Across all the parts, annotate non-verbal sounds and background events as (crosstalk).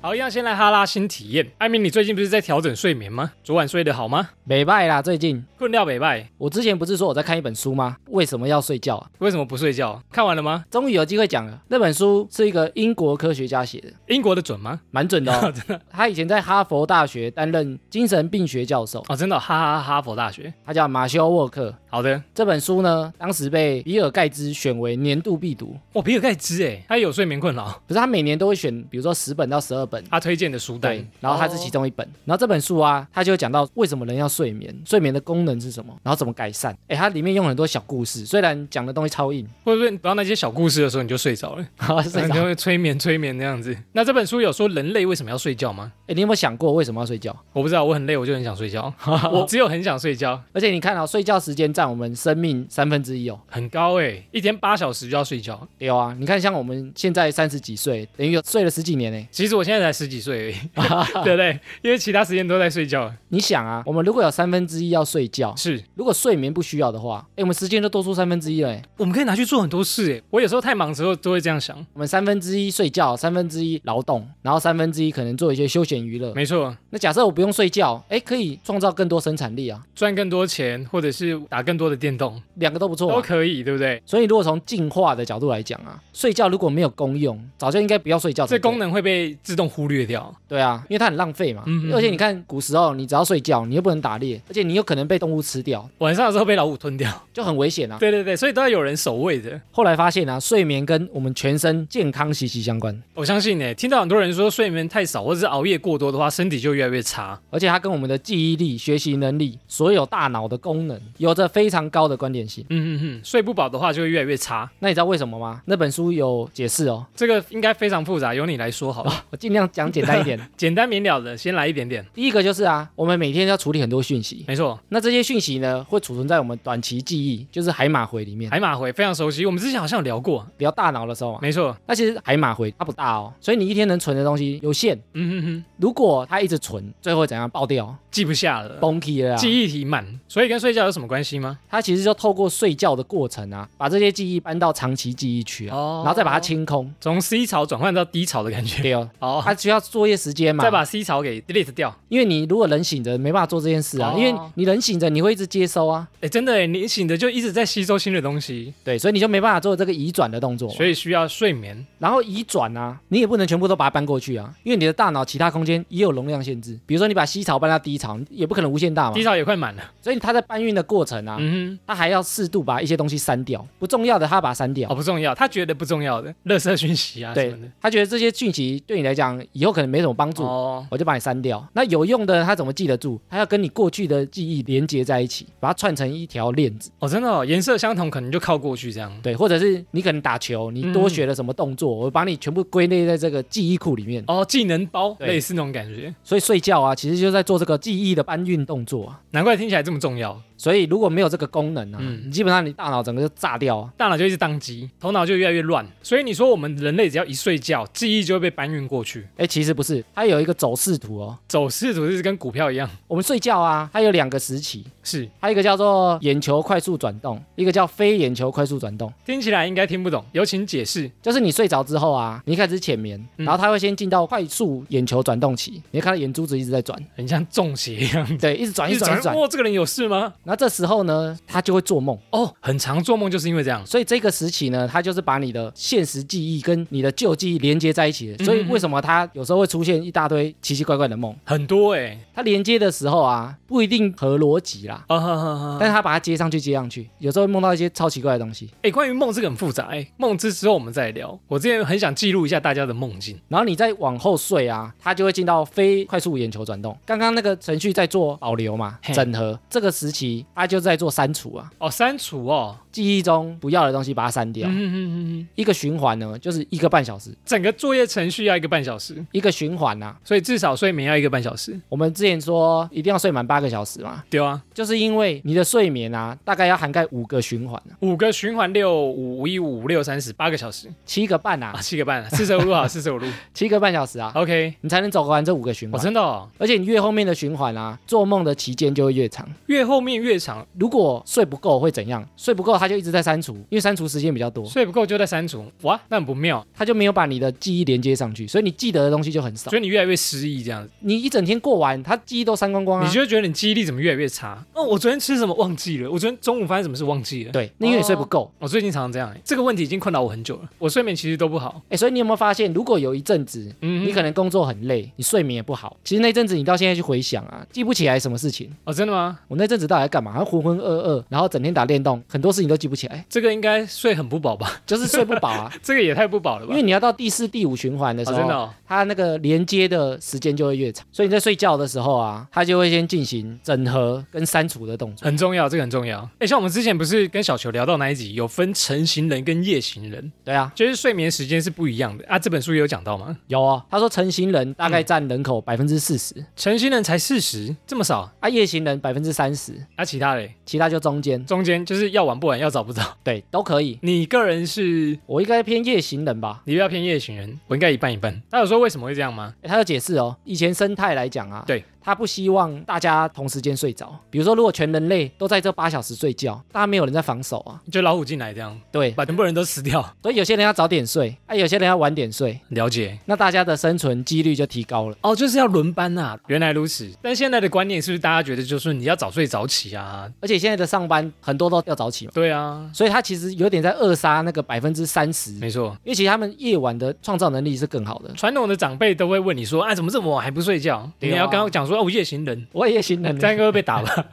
好，一样先来哈拉新体验。艾米，你最近不是在调整睡眠吗？昨晚睡得好吗？美拜啦，最近困掉北拜，我之前不是说我在看一本书吗？为什么要睡觉啊？为什么不睡觉？看完了吗？终于有机会讲了。那本书是一个英国科学家写的，英国的准吗？蛮准的 (laughs) 哦。他以前在哈佛大学担任精神病学教授，哦，真的哦、哈哈哈佛大学。他叫马修沃克。好的，这本书呢，当时被比尔盖茨选为年度必读。哇，比尔盖茨哎，他也有睡眠困扰，可是他每年都会选，比如说十本到十二本。他推荐的书对单，，然后它是其中一本，然后这本书啊，它就讲到为什么人要睡眠，睡眠的功能是什么，然后怎么改善。哎，它里面用很多小故事，虽然讲的东西超硬，会不会读到那些小故事的时候你就睡着了？然后睡你 (laughs) 着就会催眠催眠那样子。那这本书有说人类为什么要睡觉吗？哎，你有没有想过为什么要睡觉？我不知道，我很累，我就很想睡觉。我 (laughs) 只有很想睡觉，而且你看啊、睡觉时间占我们生命三分之一哦。很高哎，一天八小时就要睡觉。对啊，你看像我们现在三十几岁，等于有睡了十几年呢。其实我现在才十几岁而已，对不对？因为其他时间都在睡觉。你想啊，我们如果有三分之一要睡觉，是如果睡眠不需要的话，哎，我们时间就多出三分之一了诶。我们可以拿去做很多事诶。我有时候太忙的时候都会这样想。我们三分之一睡觉，三分之一劳动，然后三分之一可能做一些休闲娱乐。没错，那假设我不用睡觉，哎，可以创造更多生产力啊，赚更多钱或者是打更多的电动两个都不错、都啊。可以，对不对？所以如果从进化的角度来讲啊，睡觉如果没有功用，早就应该不要睡觉才这对。啊功能会被自动忽略掉。对啊，因为它很浪费嘛。嗯嗯嗯而且你看，古时候你只要睡觉，你又不能打猎，而且你有可能被动物吃掉，晚上的时候被老虎吞掉。就很危险啊。对对对，所以都要有人守卫的。后来发现啊，睡眠跟我们全身健康息息相关，我相信诶，欸听到很多人说睡眠太少或者是熬夜过多的话，身体就越来越差。而且它跟我们的记忆力、学习能力、所有大脑的功能有着非常高的关联性。嗯嗯嗯，睡不饱的话就会越来越差。那你知道为什么吗？那本书有解释哦，这个应该非常复杂，由你来说好了，我尽量讲简单一 (laughs) 点。简单明了的，先来一点点。第一个就是啊，我们每天要处理很多讯息，没错，那这些讯息呢会储存在我们短期记忆，就是海马回里面，海马回非常熟悉，我们之前好像有聊过。聊大脑的时候啊。没错，那其实海马回它不大哦，所以你一天能存的东西有限。嗯嗯嗯，如果它一直存，最后会怎样爆掉、记不下了。崩 key 了啊？呃记忆体满，所以跟睡觉有什么关系吗？它其实就透过睡觉的过程啊，把这些记忆搬到长期记忆区啊，哦然后再把它清空。从 C 槽转换到 D 槽的感觉。对哦，好，它需要作业时间嘛？再把 C 槽给 delete 掉。因为你如果人醒着，没办法做这件事啊，哦因为你人醒着，你会一直接收啊，哎，真的诶，你醒着就一直在吸收新的东西，对，所以你就没办法做这个移转的动作嘛。所以需要睡眠。然后移转啊，你也不能全部都把它搬过去啊，因为你的大脑其他空间也有容量限制。比如说你把西槽搬到低槽，也不可能无限大嘛 D。槽也快满了。所以它在搬运的过程哦啊，嗯它还要适度把一些东西删掉，不重要的它把它删哼，哦掉。不重要，他觉得不重要的，垃圾讯息啊什对么的。，他觉得这些讯息对你来讲以后可能没什么帮助，哦，我就把你删掉。那有用的他怎么记得住？他要跟你过去的记忆连接在一起，把它串成一条链子。哦真的哦，颜色相同可能就靠过去这样。对，或者是你可能打球，你多学了什么动作，我把你全部归类在这个记忆库里面。哦，技能包对类似那种感觉，所以睡觉啊，其实就在做这个记忆的搬运动作啊。难怪听起来这么重要。所以如果没有这个功能啊，嗯你基本上你大脑整个就炸掉啊。大脑就一直宕机，头脑就越来越乱。所以你说我们人类只要一睡觉，记忆就会被搬运过去。哎，其实不是，它有一个走势图哦。走势图是跟股票一样，我们睡觉啊，它有两个时期，是它一个叫做眼球快速转动，一个叫非眼球快速转动。听起来应该听不懂，有请解释。就是你睡着之后啊，你一开始浅眠，嗯然后它会先进到快速眼球转动期，你会看到眼珠子一直在 (laughs) 转，很像中邪一样，对，一直转，一直转，一直哦转。哦哇，这个人有事吗？然后这时候呢，它就会做梦。哦，很常做梦就是因为这样。所以这个时期呢，它就是把你的现实记忆跟你的旧记忆连接在一起的。所以为什么它有时候会出现一大堆奇奇怪怪的梦？很多哎、它连接的时候啊，不一定合逻辑啦， (laughs) 啊哈哈哈！但是它把它接上去接上去，有时候会梦到一些超奇怪的东西。哎、关于梦这个很复杂哎、梦之之后我们再聊。我之前很想记录一下大家的梦境，然后你再往后睡啊，它就会进到非快速眼球转动。刚刚那个程序在做保留嘛，嘿整合这个时期，它就在做删除啊，哦，删除哦，记忆中不要的东西把它删嗯掉。嗯嗯嗯，一个循环呢，就是一个半小时，整个作业程序要一个半小时，一个循环啊。所以至少睡眠要一个半小时。我们之前说一定要睡满八个小时嘛，对啊，就是因为你的睡眠啊，大概要涵盖五个循环、啊五个循环六五一五六三十八个小时七个半啊，啊，七个半，四舍五 (laughs) 入好，四舍五入。七个半小时啊， (laughs) OK，你才能走完这五个循我、环。真的、哦、而且你越后面的循环啊，做梦的期间就会越长。越后面越长如果睡不够会怎样？睡不够，它他就一直在删除，因为删除时间比较多，睡不够就在删除，哇，那很不妙，他就没有把你的记忆连接上去，所以你记得的东西就很少所。以你越来越失忆这样子，你一整天过完，他记忆都删光光啊。你就会觉得你记忆力怎么越来越差？哦，我昨天吃什么忘记了？我昨天中午发生什么事忘记了？，对，那因为你睡不够。我最近常常这样、欸这个问题已经困扰我很久了，我睡眠其实都不好，哎、所以你有没有发现，如果有一阵子嗯，你可能工作很累，你睡眠也不好，其实那阵子你到现在去回想啊，记不起来什么事情。哦，真的吗？我那阵子到底在干嘛？好像浑浑噩噩，然后整天打电动，很多事情都记不起来，这个应该睡很不饱吧？ (laughs) 就是睡不饱啊。这个也太不饱了吧？因为你要到第四、第五循环的时哦、候，真的、哦，它那个连接的时间就会越长，所以你在睡觉的时候啊，它就会先进行整合跟删除的动作。很重要，这个很重要。哎，像我们之前不是跟小球聊到那一集，有分晨行人跟夜行人，对啊，就是睡眠时间是不一样的啊。这本书也有讲到吗？有哦。他说成型人大概占人口百分之四十，晨行人才四十，这么少，啊，夜行人百分之三十，啊，其他嘞，其他就中间，中间就是要晚不晚，要早不早。对，都可以。你个人是，我应该偏夜行人吧？你比较偏夜行人，我应该一半一半。他有说为什么会这样吗？诶他有解释哦，以前生态来讲啊，对，他不希望大家同时间睡着。比如说，如果全人类都在这八小时睡觉，大家没有人在防守啊，就老虎进来这样，对，把全部人都吃掉。所以有些人要早点睡，啊，有些人要晚点睡，了解。那大家的生存几率就提高了。哦，就是要轮班呐、原来如此。但现在的观念是不是大家觉得就是你要早睡早起啊？而且现在的上班很多都要早起嘛，对啊，所以他其实有点在扼杀那个百分之三十，没错。因为其实他们夜晚的创造能力是更好的。传统的长辈都会问你说：“啊，怎么这么晚还不睡觉？”对你啊要跟他讲说：“哦，我夜行人。我也夜行”人这样应该会被 (laughs) 打吧？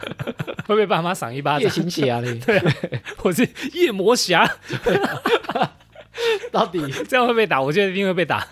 会被爸妈赏一巴夜掌。行侠嘞，我是夜魔侠，到底这样会被打，我觉得一定会被打。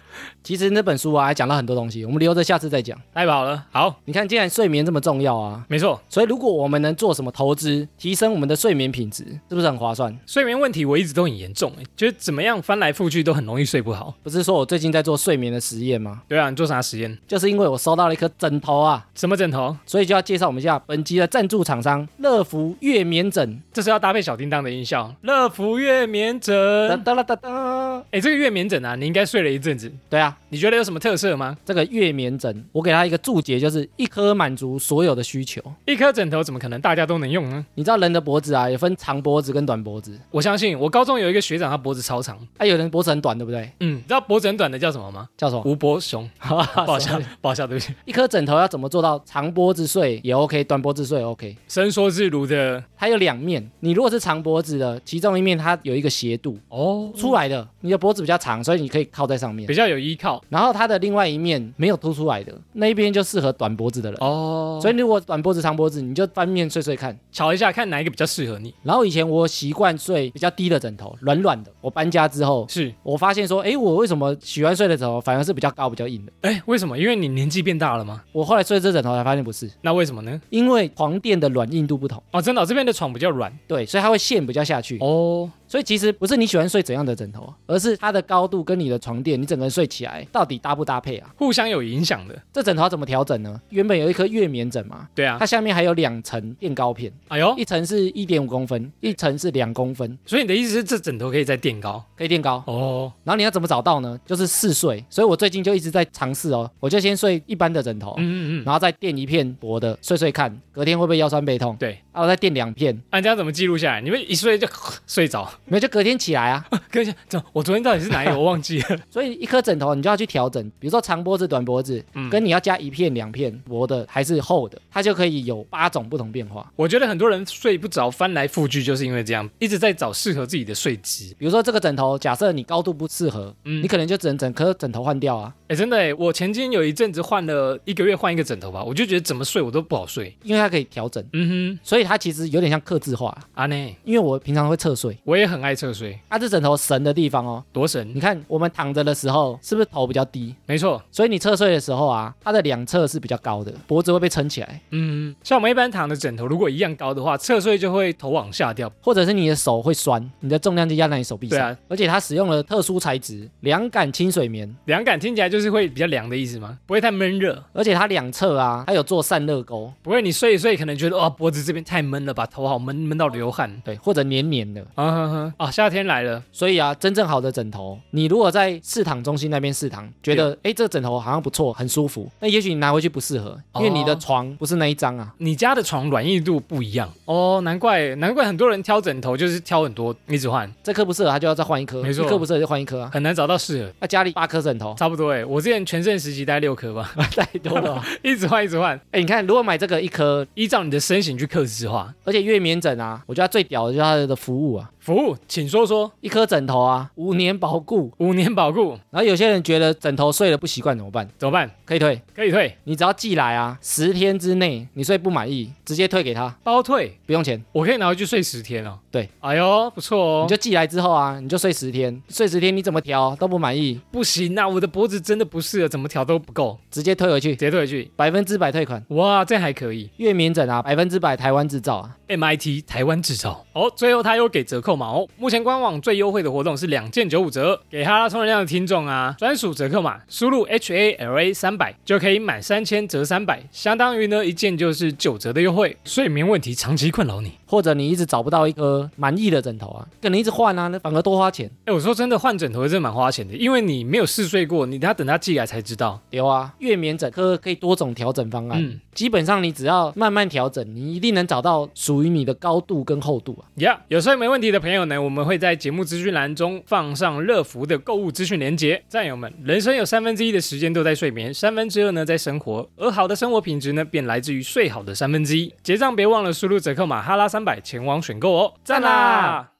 其实那本书啊，还讲了很多东西，我们留着下次再讲。太好了，好，你看，既然睡眠这么重要啊，没错，所以如果我们能做什么投资，提升我们的睡眠品质，是不是很划算？睡眠问题我一直都很严重、欸，就是怎么样翻来覆去都很容易睡不好。不是说我最近在做睡眠的实验吗？对啊，你做啥实验？就是因为我收到了一颗枕头啊，什么枕头？所以就要介绍我们一下本集的赞助厂商乐福月眠枕。这是要搭配小叮当的音效。乐福月眠枕，哒哎、哒啦哒哒，这个月眠枕啊，你应该睡了一阵子，对啊，你觉得有什么特色吗？这个月眠枕，我给它一个注解，就是一颗满足所有的需求。一颗枕头怎么可能大家都能用呢？你知道人的脖子啊，也分长脖子跟短脖子，我相信我高中有一个学长，他脖子超长，啊，有人脖子很短，对不对？嗯，你知道脖子很短的叫什么吗？啊叫 (laughs) 什么？吴伯雄，不好笑，不好笑，对不起。 (laughs) 一颗枕头要怎么做到长脖子睡也 OK，短脖子睡也 OK？伸缩自如的它有两面，你如果是长脖子的，其中一面它有一个斜度哦，出来的，你的脖子比较长，所以你可以靠在上面比。较有依靠然后它的另外一面没有凸出来的那一边就适合短脖子的人。哦，所以如果短脖子、长脖子，你就翻面睡睡看。瞧一下看哪一个比较适合你。然后以前我习惯睡比较低的枕头，软软的。我搬家之后，是，我发现说，诶，我为什么喜欢睡的枕头反而是比较高、比较硬的？哎，为什么？因为你年纪变大了吗？我后来睡这枕头才发现不是，那为什么呢？因为床垫的软硬度不同，哦，真的哦、这边的床比较软对，所以它会陷比较下去。哦，所以其实不是你喜欢睡怎样的枕头，啊而是它的高度跟你的床垫，你整个人睡起来到底搭不搭配啊？互相有影响的。这枕头要怎么调整呢？原本有一颗月棉枕嘛，对啊它，下面还有两层垫高片，哎呦，一层是一点五公分，一层是两公分，所以你的意思是这枕头可以再垫高可以垫高。哦？然后你要怎么找到呢？就是试睡，所以我最近就一直在尝试哦，我就先睡一般的枕头，嗯嗯嗯，然后再垫一片薄的睡睡看，隔天会不会腰酸背痛？对，啊，我再垫两片，按、你这样怎么记录下来？你们一睡就 (laughs) 睡着，没有就隔天起来啊。跟一下，怎么我昨天到底是哪一 (laughs) 个我忘记了？所以一颗枕头你就要去调整，比如说长脖子、短脖子，嗯跟你要加一片、两片薄的还是厚的，它就可以有八种不同变化。我觉得很多人睡不着，翻来覆去就是因为这样，一直在找适合自己的睡姿。比如说这个枕头，假设你高度不适合，嗯你可能就只能整颗枕头换掉啊，哎，真的哎，我前几天有一阵子换了一个月换一个枕头吧，我就觉得怎么睡我都不好睡。因为它可以调整。嗯所以它其实有点像刻字化，哼，啊内，因为我平常会侧睡，我也很爱侧睡，啊，这枕头神的地方哦，多你神，看我们躺着的时候是不是头比较低？没错。所以你侧睡的时候啊，它的两侧是比较高的，脖子会被撑起来，嗯，像我们一般躺的枕头，如果一样高的话，侧睡就会头往下掉。或者是你的手会酸，你的重量就压在你手臂上。对啊而且它使用了特殊材质凉感亲水棉，凉感听起来就是会比较凉的意思吗？不会太闷热，而且它两侧啊，它有做散热钩，不会你睡一睡可能觉得哦脖子这边太闷了吧，头好闷闷到流汗。对，或者黏黏的。啊哈哈哼，啊，夏天来了，所以啊，真正好的枕头，你如果在市场中心那边试躺，觉得诶这个枕头好像不错，很舒服，那也许你拿回去不适合，因为你的哦床不是那一张啊。你家的床软硬度不一样哦，难怪难怪很多人挑枕头就是挑很多，一直换，这颗不适合，他就要再换一颗；没错一颗不适合就换一颗啊。很难找到适合。那、家里八颗枕 (laughs) 头差不多哎，我之前全盛时期待六颗 (laughs) 吧，太多了吧。一直换一直换，哎、你看，如果买这个一颗，依照你的身形去克制化。而且月棉枕啊，我觉得它最屌的就是它的服务啊，服务，请说说一颗枕头啊五年保固。五年保固然后有些人觉得枕头睡了不习惯怎么办？怎么办？可以退，可以退，你只要寄来啊，十天之内你睡不满意，直接退给他，包退，不用钱。我可以拿回去睡十天哦。对，哎呦，不错哦。你就寄来之后啊，你就睡十天，睡十天你怎么调都不满意，不行啊，我的脖子真的不适合，怎么调都不够，直接退回去直，接退回去。百分之百退款。哇，这还可以月棉枕啊，百分之百台湾制造啊， ，MIT 台湾制造。哦，最后他又给折扣码哦，目前官网最优惠的活动是两件九五折，给哈拉充能量的听众啊，专属折扣码，输入 HALA 三百就可以满三千折三百，相当于呢一件就是九折的优惠。睡眠问题长期困扰你。或者你一直找不到一颗满意的枕头啊，可能一直换啊，那反而多花钱。哎，我说真的，换枕头真的蛮花钱的，因为你没有试睡过，你等他等他寄来才知道。有啊，月棉枕可可以多种调整方案，嗯基本上你只要慢慢调整，你一定能找到属于你的高度跟厚度啊。呀有睡没问题的朋友呢，我们会在节目资讯栏中放上乐福的购物资讯连结。战友们，人生有三分之一的时间都在睡眠，三分之二呢在生活，而好的生活品质呢，便来自于睡好的三分之一。结账别忘了输入折扣码哈拉三百前往选购哦，赞啦！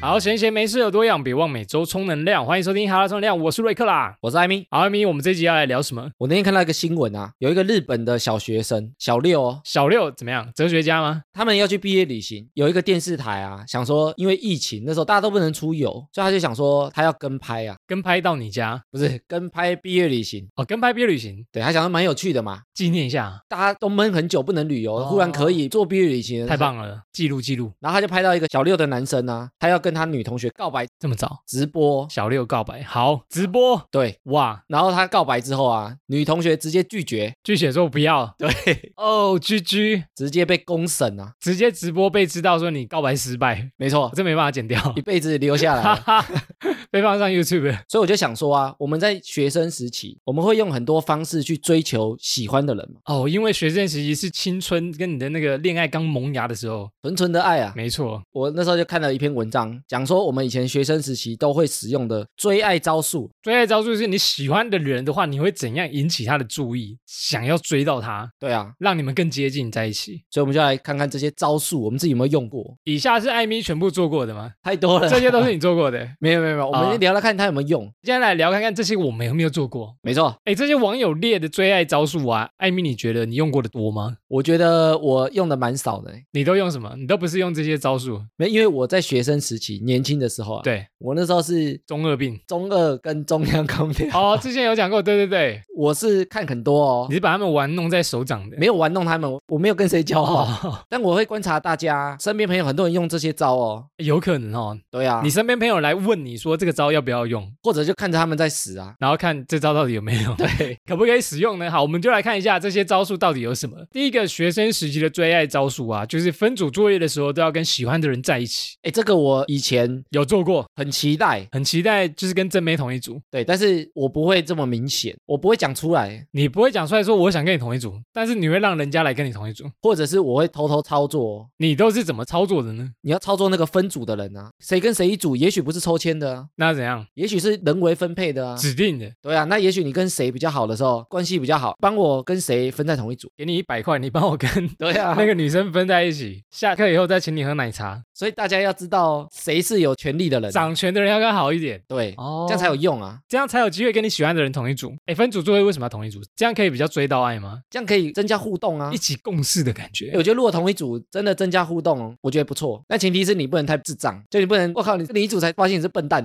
好，闲闲没事有多样，别忘每周充能量。欢迎收听哈拉充能量，我是瑞克啦。我是艾米，好，艾米，我们这集要来聊什么？我那天看到一个新闻啊，有一个日本的小学生小六哦，小六怎么样？哲学家吗？他们要去毕业旅行，有一个电视台啊，想说因为疫情那时候大家都不能出游，所以他就想说他要跟拍啊，跟拍到你家不是跟拍毕业旅行，哦，跟拍毕业旅行对他想说蛮有趣的嘛。纪念一下，大家都闷很久不能旅游，哦忽然可以做毕业旅行，太！棒了，记录记录，然后他就拍到一个小六的男生啊，他要跟他女同学告白这么早，直播，小六告白，好直播对，哇，然后他告白之后啊，女同学直接拒绝，巨蟹说不要，对哦居居直接被公审啊，直接直播被知道说你告白失败，没错我，这没办法剪掉，一辈子留下来哈了。哈，被放上 YouTube，所以我就想说啊，我们在学生时期，我们会用很多方式去追求喜欢的人嘛，哦，因为学生时期是青春跟你的那个恋爱刚萌芽的时候，纯纯的爱啊。没错，我那时候就看了一篇文章，讲说我们以前学生时期都会使用的追爱招数，追爱招数是你喜欢的人的话，你会怎样引起他的注意，想要追到他，对啊，让你们更接近在一起。所以我们就来看看这些招数我们自己有没有用过，以下是艾米全部做过的吗？太多 (laughs) 了，这些都是你做过的。没有没有没有，我们啊先聊聊看它有没有用，接下来聊看看这些我们有没有做过。没错。哎，这些网友列的最爱招数啊，艾米，你觉得你用过的多吗？我觉得我用的蛮少的欸，你都用什么？你都不是用这些招数。没因为我在学生时期年轻的时候啊，对，我那时候是中二病。中二跟中央 (laughs) 空调，哦，之前有讲过，对对对，我是看很多哦你，是把他们玩弄在手掌的。没有玩弄他们，我没有跟谁交好，哦， (laughs) 但我会观察大家身边朋友很多人用这些招哦。有可能哦。对啊，你身边朋友来问你说这个招要不要用，或者就看着他们在死啊。然后看这招到底有没有，对， (laughs) 可不可以使用呢？好，我们就来看一下这些招数到底有什么。第一个学生时期的最爱招数啊，就是分组作业的时候都要跟喜欢的人在一起，哎，这个我以前有做过，很期待，很期待就是跟正妹同一组。对，但是我不会这么明显，我不会讲出来，你不会讲出来说我想跟你同一组，但是你会让人家来跟你同一组。或者是我会偷偷操作哦。你都是怎么操作的呢？你要操作那个分组的人啊，谁跟谁一组，也许不是抽签的啊，那怎样？也许是人为分配的啊。指定的，对啊，那也许你跟谁比较好的时候，关系比较好，帮我跟谁分在同一组。给你一百块，你帮我跟 (laughs) 对啊那个女生分在一起，下课以后再请你喝奶茶。所以大家要知道谁是有权利的人，掌权的人要跟他好一点对，哦这样才有用啊，这样才有机会跟你喜欢的人同一组。哎，分组作业为什么要同一组？这样可以比较追到爱吗？这样可以增加互动啊一。起共事的感欸觉。我觉得如果同一组真的增加互动，我觉得不错。但前提是你不能太智障，就你不能，我靠，你你一组才发现你是 (laughs) 笨蛋，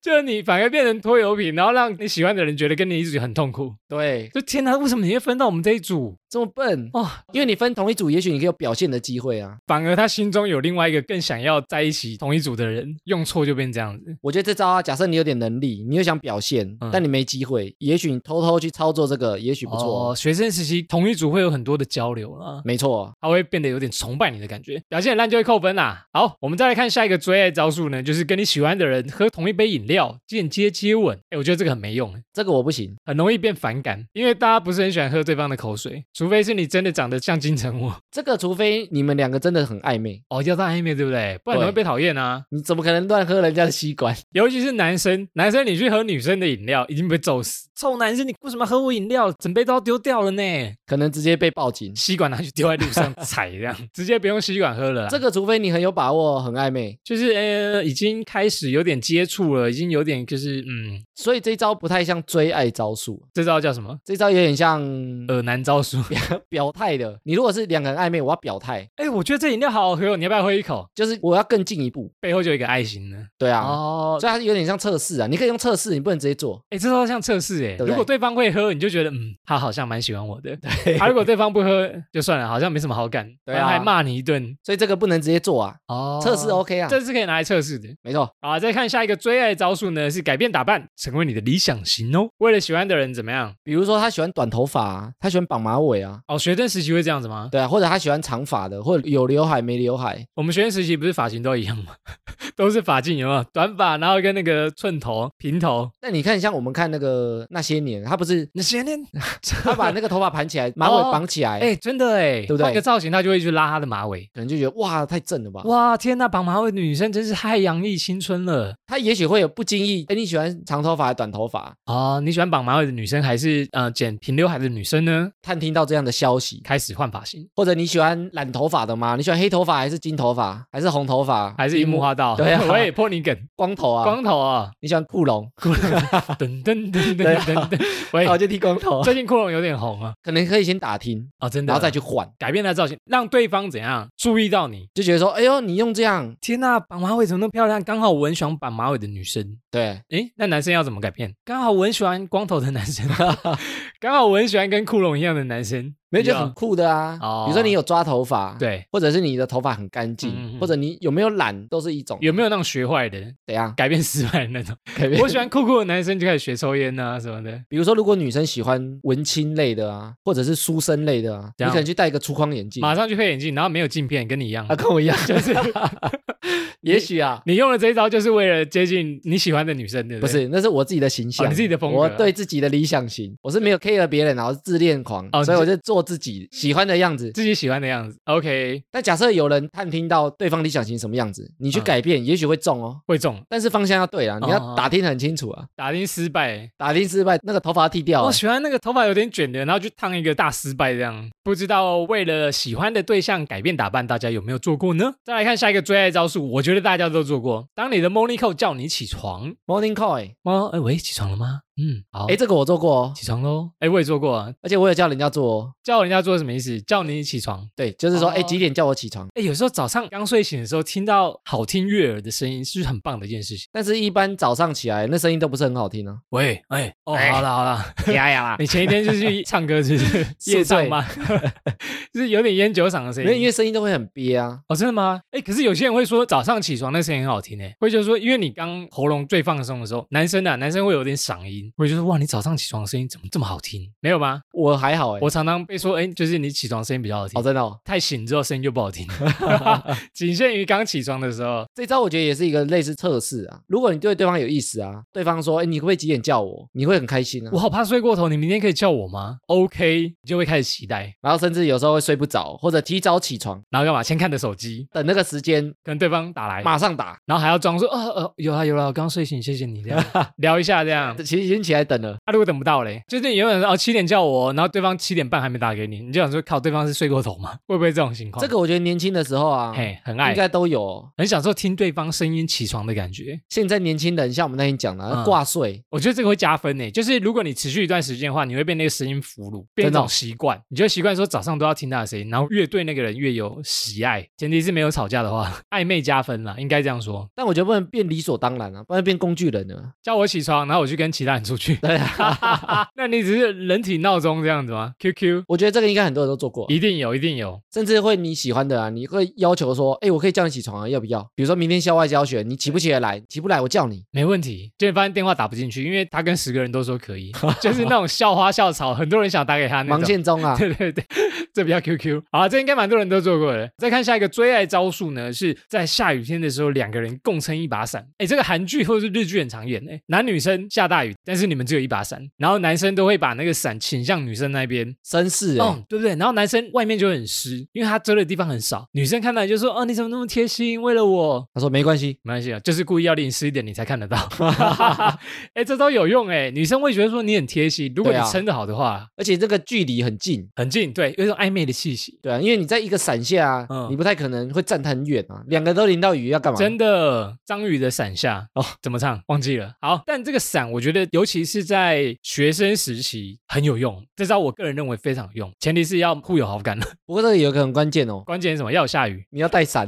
就是你反而变成拖油瓶，然后让你喜欢的人觉得跟你一组很痛苦。对，就天哪，为什么你会分到我们这一组？这么笨哦哦，因为你分同一组，也许你可以有表现的机会啊。反而他心中有另外一个更想要在一起同一组的人，用错就变这样子。我觉得这招啊，假设你有点能力，你又想表现，嗯但你没机会，也许你偷偷去操作这个，也许不错。哦，学生时期同一组会有很多的交流啦，没错，啊他会变得有点崇拜你的感觉，表现很烂就会扣分啦、好，我们再来看下一个追爱招数呢，就是跟你喜欢的人喝同一杯饮料，间接接吻。哎，我觉得这个很没用，这个我不行。很容易变反感，因为大家不是很喜欢喝对方的口水，除非是你真的长得像金城武。这个除非你们两个真的很暧昧，哦，要到暧昧对不对？不然你会对被讨厌啊。你怎么可能乱喝人家的吸管？尤其是男生，男生你去喝女生的饮料，一定被揍死。臭男生，你为什么喝我饮料？整杯都要丢掉了呢！可能直接被 (laughs) 报警。吸管拿去丢在路上踩，这 (laughs) 样直接不用吸管喝了啦。这个除非你很有把握，很暧昧，就是呃，已经开始有点接触了，已经有点就是嗯，所以这招不太像追爱招数，这招叫什么？这招有点像耳男招 (laughs) 数。表态的。你如果是两个人暧昧，我要表态，哎，我觉得这饮料好好喝哦，你要不要喝一口？就是我要更进一步。背后就有一个爱心呢。对啊，哦，所以它有点像测试啊，你可以用测试，你不能直接做。哎，这招像测试哎。对不对如果对方会喝，你就觉得嗯，他好像蛮喜欢我的。对。啊，如果对方不喝，就算了，好像没什么好感。对啊然后还骂你一顿。所以这个不能直接做啊，哦测试 OK 啊，这是可以拿来测试的。没错，好，再看下一个追爱招数呢，是改变打扮，成为你的理想型哦。为了喜欢的人怎么样？比如说他喜欢短头发、啊，他喜欢绑马尾啊，哦，学生时期会这样子吗？对啊，或者他喜欢长发的，或者有刘海没刘海，我们学生时期不是发型都一样吗？ (laughs) 都是发髻有没有？短发，然后跟那个寸头、平头。那你看，像我们看那个那些年，他不是那些年，他把那个头发盘起来，马尾绑起来，哎、真的哎，对不对换个造型，他就会去拉他的马尾。可能就觉得哇，太正了吧。哇，天呐，绑马尾的女生真是太洋溢青春了。他也许会有不经意，哎，你喜欢长头发还是短头发？哦，你喜欢绑马尾的女生，还是呃剪平刘海的女生呢？探听到这样的消息，开始换发型，或者你喜欢染头发的吗？你喜欢黑头发还是金头发，还是红头发，还是樱木花道？对啊 (laughs) 我也破你梗，光头啊？光头啊、你喜欢酷 (laughs) 龙？ (laughs) 噔噔噔对噔啊噔噔，喂，哦，就剃 (laughs) 光头，最近库龙有点红啊，可能可以先打听，哦，真的，然后再去换，改变他的造型，让对方怎样注意到你。就觉得说，哎呦，你用这样，天呐、绑马尾怎么那么漂亮？刚好我很喜欢绑马尾的女生。对，诶，那男生要怎么改变？刚好我很喜欢光头的男生， (laughs) 刚好我很喜欢跟库龙一样的男生，没有就你很要酷的啊。哦比如说你有抓头发，。对。或者是你的头发很嗯干嗯净，嗯或者你有没有染都是一种，有没有那种学坏的，怎样？ (laughs) 改变失败的那 (laughs) 种？改变我喜欢酷酷的男生就开始学抽烟啊什么 (laughs) 的。比如说，如果女生喜欢文青类的啊，或者是书生类的啊，这你样可能去戴一个粗框眼镜 (laughs) 马上去配眼镜，然后没有镜片，跟你一 (laughs) 样啊，。跟我一样，就是 (laughs) 也许啊，你用了这一招，就是为了接近你喜欢的女生，对不对？是，那是我自己的形象，哦你自己的风格我对自己的理想型，我是没有 care 别人，然后自恋狂，哦所以你我就做自己喜欢的样子。自己喜欢的样子。OK，但假设有人探听到对方理想型什么样子，你去嗯改变，也许会中哦。会中，但是方向要对啊，你哦要打听得很清楚啊，打听失败。打听失败，那个头发要剃掉我啊，喜欢那个头发有点卷的，然后去烫一个大失败，这样不知道为了喜欢的对象改变打扮，大家有没有做过呢？再来看下一个追爱招数，我觉得大家都做过。当你的 morning call 叫你起床， morning call，哦，哎喂，起床了吗？嗯，好，哎，诶这个我做过哦，起床喽。哎，我也做过啊，而且我有叫人家做哦，叫人家做什么意思？叫你起床。对，就是说，哦哎，几点叫我起床？哎，有时候早上刚睡醒的时候，听到好听悦耳的声音，是不是很棒的一件事情？但是，一般早上起来那声音都不是很好听啊。喂，哎，哦，哎啊好了好了，呀呀 (laughs) 啦你前一天就是去唱歌， (laughs) 是不是夜唱吗？ (laughs) 就是有点烟酒嗓的声没有，因音。为声音都会很憋啊。哦，真的吗？哎，可是有些人会说早上起床那声音很好听诶，会就说因为你刚喉咙最放松的时候，男生啊，男生会有点嗓音，会就说哇，你早上起床的声音怎么这么好听？没有吗？我还好哎、我常常被说，哎，就是你起床声音比较好听哦，，真的、哦，太醒之后声音就不好 (laughs) 听，仅限于刚起床的时候。这招我觉得也是一个类似测试啊。如果你对对方有意思啊，对方说，哎，你可不可以几点叫我？你会很开心啊我。好怕睡过头，你明天可以叫我吗？OK，你就会开始期待，然后甚至有时候会睡不着，或者提早起床，然后干嘛？先看着手机，等那个时间跟对方打来，马上打。然后还要装说，呃呃，有啦有啦，我刚睡醒，谢谢你这 (laughs) 样聊一下这样。其实已经起来等了，啊，如果等不到嘞，就是你原本说哦七点叫我，然后对方七点半还没打给你，你就想说靠，对方是睡过头吗？ (laughs) 会不会这种情况？这个我觉得年轻的时候啊，嘿哎很爱应，该都有哦。很享受听对方声音起床的感觉。现在年轻人像我们那天讲的啊嗯挂睡，我觉得这个会加分呢，就是如果你持续一段时间的话，你会被那个声音俘虏，变成一真的哦种习惯，你就会习惯说早上都要听他的声音，然后越对那个人越有喜爱，前提是没有吵架的话， (laughs) 暧昧加分啦，应该这样说。但我觉得不能变理所当然啊，不然变工具人了。叫我起床，然后我去跟其他人出去。对啊， (laughs) 那你只是人体闹钟这样子吗？QQ 我觉得这个应该很多人都做过，一定有，一定有。甚至会你喜欢的啊，你会要求说，哎，我可以叫你起床啊，要不要？比如说明天校外教学，你起不起得来？起不来我叫你。没问题，结果发现电话打不进去，因为他跟十个人都说 (laughs) 可以，就是那种校花校草，很多人想打给他那忙种。线中 (laughs) 啊，对对对，这比较 QQ。好啊，这应该蛮多人都做过的。再看下一个追爱招数呢，是在下雨天的时候，两个人共撑一把伞。哎，这个韩剧或者是日剧很常演哎，男女生下大雨，但是你们只有一把伞，然后男生都会把那个伞倾向女生那边，绅士哎、哦，对不对？然后男生外面就很湿，因为他遮的地方很少，女生看到你就说，哦，你怎么那么贴心，为了我。他说没关系，没关系啊，就是故意要淋湿一点，你才看得到。 (laughs) 哎、这招有用哎、女生会觉得说你很贴心，如果你对啊撑得好的话，而且这个距离很近。很近，对，有一种暧昧的气息。对啊，因为你在一个伞下啊，嗯你不太可能会站得很远啊。两个都淋到雨要干嘛？真的，张宇的伞下哦啊哦，怎么唱忘记了。好，但这个伞，我觉得尤其是在学生时期很有用，这招我个人认为非常有用，前提是要互有好感。不过这个有一个很关键哦，关键是什么？要有下雨。你要 (laughs) 带伞，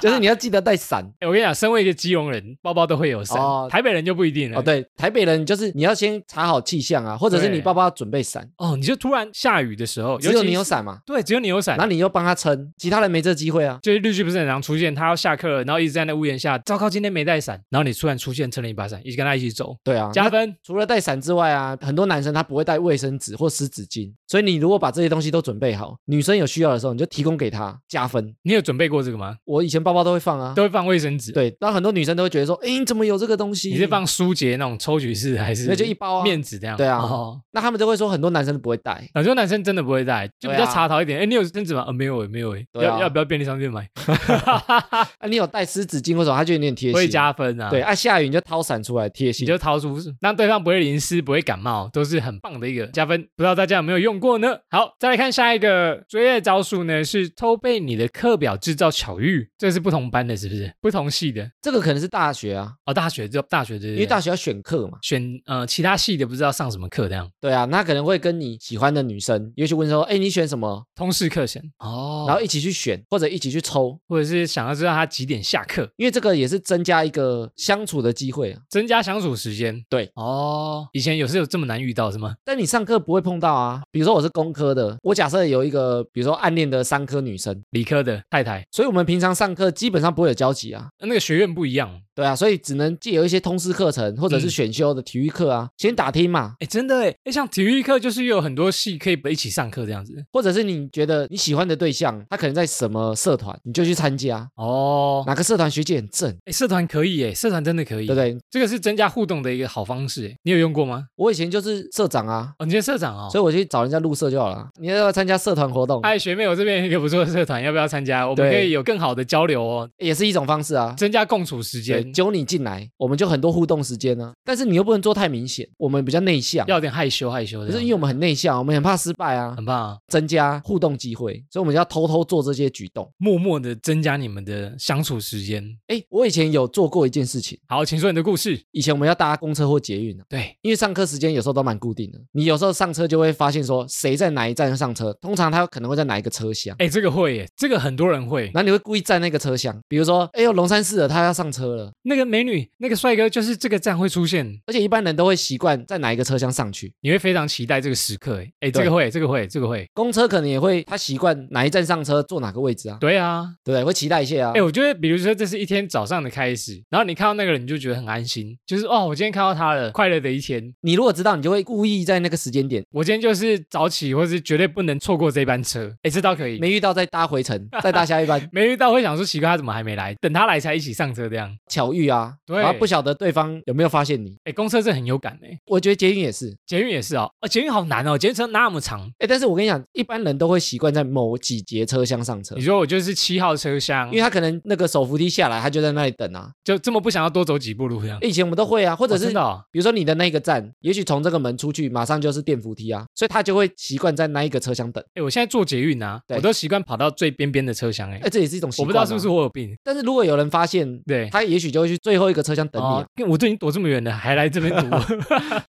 就是你要记得带伞哎我跟你讲，身为一个基隆人，包包都会有伞，哦台北人就不一定了。哦。对，台北人就是你要先查好气象啊，或者是对你包包要准备伞，哦你就突然下雨的时候，只尤有其你有是，伞嘛，对，只有你有伞然后。你又帮他撑，其他人没这机会啊。就是日剧不是很常出现，他要下课了，然后一直站在屋檐下，糟糕，今天没带伞，然后你突然出现，撑了一把伞，一起跟他一起走，对啊，加那分。除了带伞之外啊，很多男生他不会带卫生纸或湿纸巾，所以你如果把这些东西都准备好，女生有需要的时候你就提供给她加分。你有准备过这个吗？我以前包包都会放啊，都会放卫生纸。对，然后很多女生都会觉得说，哎，你怎么有这个东西？你是放书结那种抽取式的还是？那就一包啊面纸这样。对啊哦那他们都会说很多男生都不会带，很多男生真的不会带，就比较对啊茶桃一点。哎、你有针纸吗？呃，没有诶，没有诶。对啊要要不要便利商店买？啊，你有带湿纸巾或者他就有点贴会心。加分啊。对，，啊，下雨你就掏伞出来贴你心。就掏出，让对方不会淋湿，不会感冒，都是很棒的一个加分。不知道大家有没有用过呢？好，再来看下一个追爱招数呢，是偷背你的课表制造巧遇。这是不同班的，是不是？不同系的这个可能是大学啊，哦，大学就大学对不对因为大学要选课嘛。选呃其他系的不知道上什么课这样，对啊，那可能会跟你喜欢的女生，也许问说，哎，你选什么？通识课程哦然后一起去选，或者一起去抽，或者是想要知道他几点下课，因为这个也是增加一个相处的机会啊。增加相处时间。对，哦，以前有是有这么难遇到是吗？但你上课不会碰到啊。比如说我是工科的，我假设有一个，比如说暗恋的三科女生，理科的太太，所以我们平常上课基本上不会有交集啊。那个学院不一样。对啊，所以只能借由一些通识课程或者嗯是选修的体育课啊，先打听嘛，哎，真的哎，哎，像体育课就是有很多系可以一起上课这样子。或者是你觉得你喜欢的对象，他可能在什么社团，你就去参加。哦，哪个社团学姐很正，哎，社团可以哎，社团真的可以，对不对？这个是增加互动的一个好方式哎。你有用过吗？我以前就是社长啊，哦，你是社长哦所。以我去找人家入社就好了。你要不要参加社团活动，哎，学妹，我这边有一个不错的社团，要不要参加？我们对可以有更好的交流哦，也是一种方式啊。增加共处时对，间，揪你进来，我们就很多互动时间呢、但是你又不能做太明显，我们比较内向，要有点害羞害羞可的。是因为我们很内向，我们很怕失败啊，很棒啊，增加互动机会，所以我们就要偷偷做这些举动。默默的增加你们的相处时间。哎，我以前有做过一件事情，好，请说你的故事。以前我们要搭公车或捷运啊，对，因为上课时间有时候都蛮固定的，你有时候上车就会发现说谁在哪一站上车，通常他可能会在哪一个车厢，哎，这个会耶，这个很多人会。然后你会故意站那个车厢，比如说，哎呦龙山寺了，他要上车了，那个美女，那个帅哥，就是这个站会出现，而且一般人都会习惯在哪一个车厢上去，你会非常期待这个时刻。哎，诶这对个会，这个会，这个会。公车可能也会他习惯哪一站上车坐哪个位置啊，对啊，对不对？会期待一下啊哎、，我觉得，比如说，这是一天早上的开始，然后你看到那个人，你就觉得很安心，就是哦，我今天看到他了，快乐的一天。你如果知道，你就会故意在那个时间点我今天就是早起，或是绝对不能错过这班车。哎，这倒可以，没没遇到再搭回程，再搭下一班没遇到会想说奇怪，他怎么还没来？等他来才一起上车这样。巧遇啊， (laughs) 对然后不晓得对方有没有发现你，哎，公车是很有感哎，我觉得捷运也是。捷运也是哦，啊，捷运好难哦，捷运车那么长。哎，但是我跟你讲，一般人都会习惯在某几节车厢上车你，说我就是七号车厢因为，他可能那个手扶梯下来，他就在那里等啊。就这么不想要多走几步路这样。诶以前我们都会啊，或或者是、哦、比如说你的那个站，也许从这个门出去，马上就是电扶梯啊，所以他就会习惯在那一个车厢等。哎、我现在坐捷运啊，对我都习惯跑到最边边的车厢、欸，哎、哎，这也是一种习我不惯、知道是不是。我有病。但是如果有人发现，对，他也许就会去最后一个车厢等你、啊。哦，因为我都已经躲这么远了，还来这边 (laughs) 躲，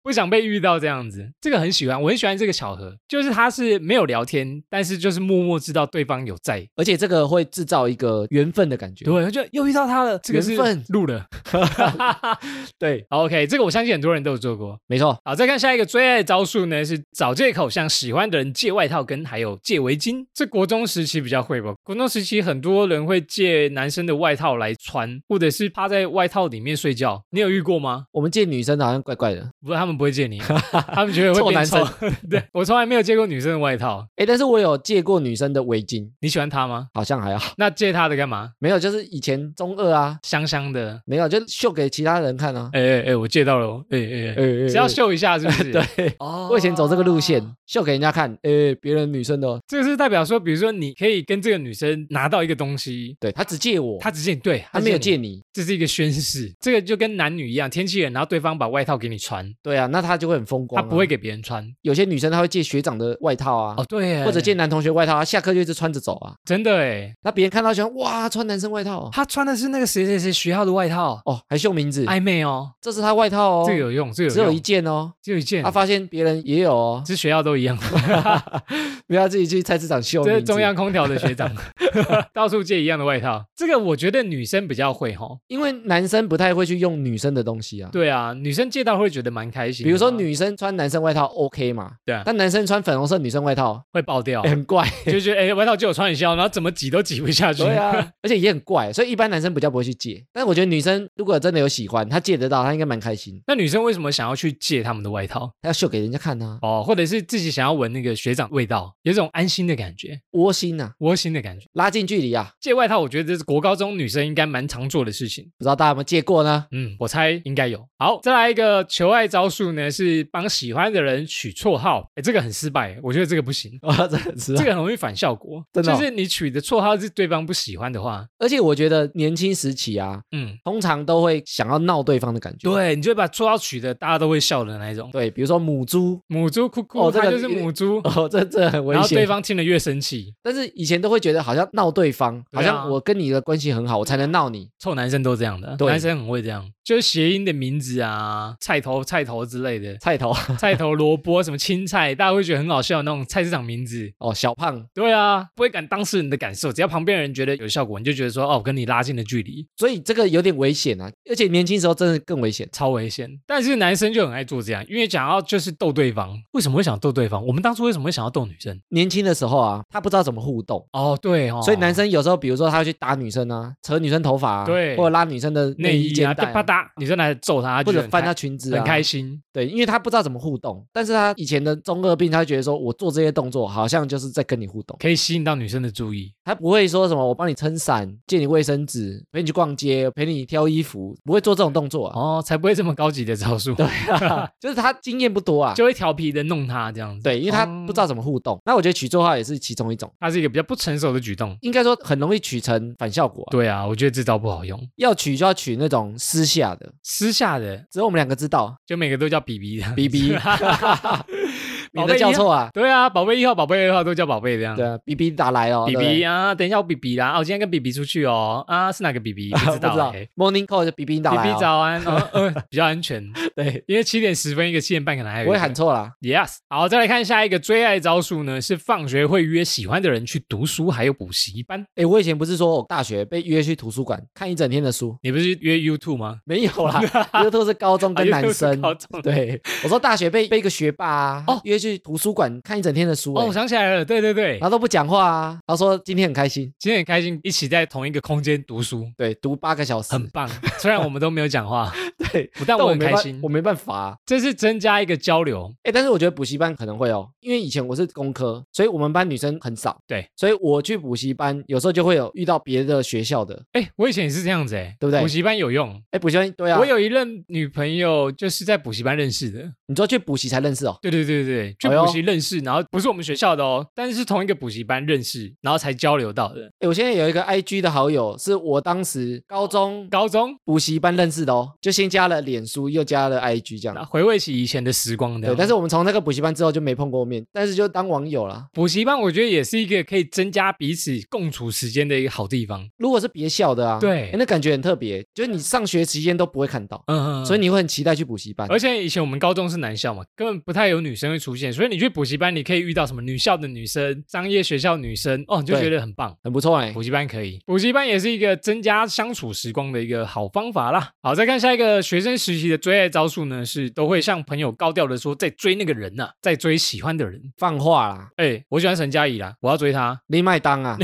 不想被遇到这样子。这个很喜欢，我很喜欢这个巧合，就是他是没有聊天，但是就是默默知道对方有在。而且这个会制造一个缘分的感觉。对，就又遇到他了，这个是 (laughs) 缘分录了。对， OK，这个我相信很多人都都有做过。没错，好，再看下一个最爱的招数呢，是找借口向喜欢的人借外套跟还有借围巾。这国中时期比较会吧？国中时期很多人会借男生的外套来穿，或者是趴在外套里面睡觉。你有遇过吗？我们借女生的好像怪怪的。不是，他们不会借你， (laughs) 他们觉得会臭变男臭。 (laughs) 对我从来没有借过女生的外套。哎，但是我有借过女生的围巾，你喜欢她吗？好像还好。那借她的干嘛？没有，就是以前中二啊，香香的。没有，就秀给其他人看啊。哎哎哎，我借到了哦，哎哎哎，只只要秀一哦下是不 (laughs) 是？对，哦我以前走这个路线，秀给人家看，诶，别人女生的哦，这个是代表说，比如说你可以跟这个女生拿到一个东西，对他只借我，她只借你，对，他没有只你借，你，这是一个宣誓。这个就跟男女一样，天气冷，然后对方把外套给你穿，对啊，那他就会很风他光啊。不会给别人穿。有些女生她会借学长的外套啊哦，，对耶，或者借男同学外套，她下课就一直穿着走啊。真的哎，那别人看到喜欢哇，穿男生外套哦他穿的是那个谁谁谁学校的外套，哦，还秀名字，暧昧哦，这是他外套哦，这个有用，这个只有有一用，件哦。只有一件他。发现别人也有哦，其实学校都一样，不要自己去菜市场秀名这字。是中央空调的学 (laughs) 长，到处借一样的外套。这个我觉得女生比较会吼，因为男生不太会去用女生的东西啊。对啊，女生借到会觉得蛮开心的啊。比如说女生穿男生外套 OK 嘛，对啊哦但男生穿粉红色女生外套、会爆掉欸，很怪，就觉得哎、外套借我穿一下哦，然后怎么挤都挤不 (laughs) 下去。对啊， (laughs) 而且也很怪，所以一般男生比较不会去借。但是我觉得女生如果真的有喜欢，她借得到，她应该蛮开心，那女生为什么想要去借他们的外套她要秀给人家看啊，哦，或者是自己想要闻那个学长味道，有一种安心的感觉、窝心啊，窝心的感觉。拉近距离啊。借外套，我觉得这是国高中女生应该蛮常做的事情。不知道大家有没有借过呢？ (laughs) 嗯，我猜应该有。好，再来一个求爱招数呢，是帮喜欢的人取绰号。哎，这个很失败，我觉得这个不行。我真的啊知这个很容易反效果，真的哦就是你取的绰号是对方不喜欢的话，而且我觉得年轻时期啊，嗯，通常都会想要闹对方的感觉。对，你就会把绰号取的大家都会笑的那一种。对，比如说母猪，母猪哭哭，哦这个它就是母猪， (laughs) 哦，这这很危然后对险。方听了越生气，但是以前都会觉得好像闹对方，对啊好像我跟你的关系很好，我才能闹你。臭男生都这样的，对，男生很会这样，就是谐音的名字啊，菜头、菜头之类的 (laughs) 菜头菜头、萝卜、什么青菜，大家会觉得很好笑的那种菜市场名字。哦，小胖，对啊，不会管当事人的感受，只要旁边人觉得有效果，你就觉得说哦，我跟你拉近了距离，所以这个有点危险啊，而且年轻时候真的更危险。超危险。但是男生就很爱做这样，因为想要就是逗对方。为什么会想逗对方？我们当初为什么会想要逗女生？年轻的时候啊，他不知道怎么互动，哦，对哦，所以男生有时候，比如说他会去打女生啊，扯女生头发、啊，对或者拉女生的内内衣衣啊，肩带就啪啊、嗒，女生来揍他，或就者很翻开她裙子、啊，很开心。对，因为他不知道怎么互动，但是他以前的中二病，他会觉得说我做这些动作好像就是在跟你互动，可以吸引到女生的注意，他不会说什么我帮你撑伞、借你卫生纸、陪你去逛街、陪你挑衣服，不会做这种动作啊，哦，才不会这么高级的招数，对，就是他经验不多啊。就会调皮的弄他这样子。对，因为他哦不知道怎么互动，那我觉得取绰号也是其中一种，它是一个比较不成熟的举动。应该说很容易取成反效果啊、对啊，我觉得这招不好用，要取就要取那种私下的，私下的只有我们两个知道。就每个都叫比比的。(laughs) B B，免得叫错啊。对啊，宝贝一号、宝贝二号都叫宝贝这样。对啊，B B 打来哦比对不比对啊，等一下我比比啦，啊，我今天跟比比出去哦，啊，是哪个比 (laughs) 比？不不知知道道欸。 ，Morning Call 就 B B 打比来比哦，早安，哦呃，比较安 (laughs) 全，对，因为七点十分一个，七点半可能还有。不会喊。错啦。 Yes，好，再来看下一个最爱招数呢，是放学会约喜欢的人去读书，还有补习班。哎，我以前不是说我大学被约去图书馆看一整天的书，你不是约 YouTube 吗？没有 (laughs) 啦，U 都是高中跟男啊 YouTube 是生高。中对，我说大学被被一个学霸啊哦约去图书馆看一整天的书，哦，哎我想起来了，对对对然，后都不讲话啊，然后说今天很开心，今天很开心，一起在同一个空间读书，对，读八个小时，很棒。虽然我们都没有讲话， (laughs) 对，但我很没开办心我。没办法啊。这是增加一个交流，哎、但是我觉得补习班可能会哦，因为以前我是工科，所以我们班女生很少。对，所以我去补习班，有时候就会有遇到别的学校的。哎，我以前也是这样子，哎，对不对补习班有用。哎，补习班对啊，我有一任女朋友就是在补习班认识的，你说去补习才认识哦。对对对对，去哎呦补习认识，然后不是我们学校的哦，但是是同一个补习班认识，然后才交流到的。哎，我现在有一个 IG 的好友，是我当时高中高中补习班认识的哦，就先加了脸书，又加了 IG 这啊样。回味起以前的时光的，对，但是我们从那个补习班之后就没碰过面，但是就当网友啦。补习班我觉得也是一个可以增加彼此共处时间的一个好地方。如果是别校的啊，对诶那感觉很特别，就是你上学期间都不会看到，嗯，所以你会很期待去补习班。而且以前我们高中是男校嘛，根本不太有女生会出现，所以你去补习班，你可以遇到什么女校的女生、商业学校女生，哦，你就对觉得很棒。很不错哎、补习班可以，补习班也是一个增加相处时光的一个好方法啦。好，再看下一个学生时期的追爱招数呢，是都会向朋友高调的说在追那个人呐、在追喜欢的人。放话啦，哎、我喜欢沈佳宜啦，我要追她，你麦当 (laughs) 啊，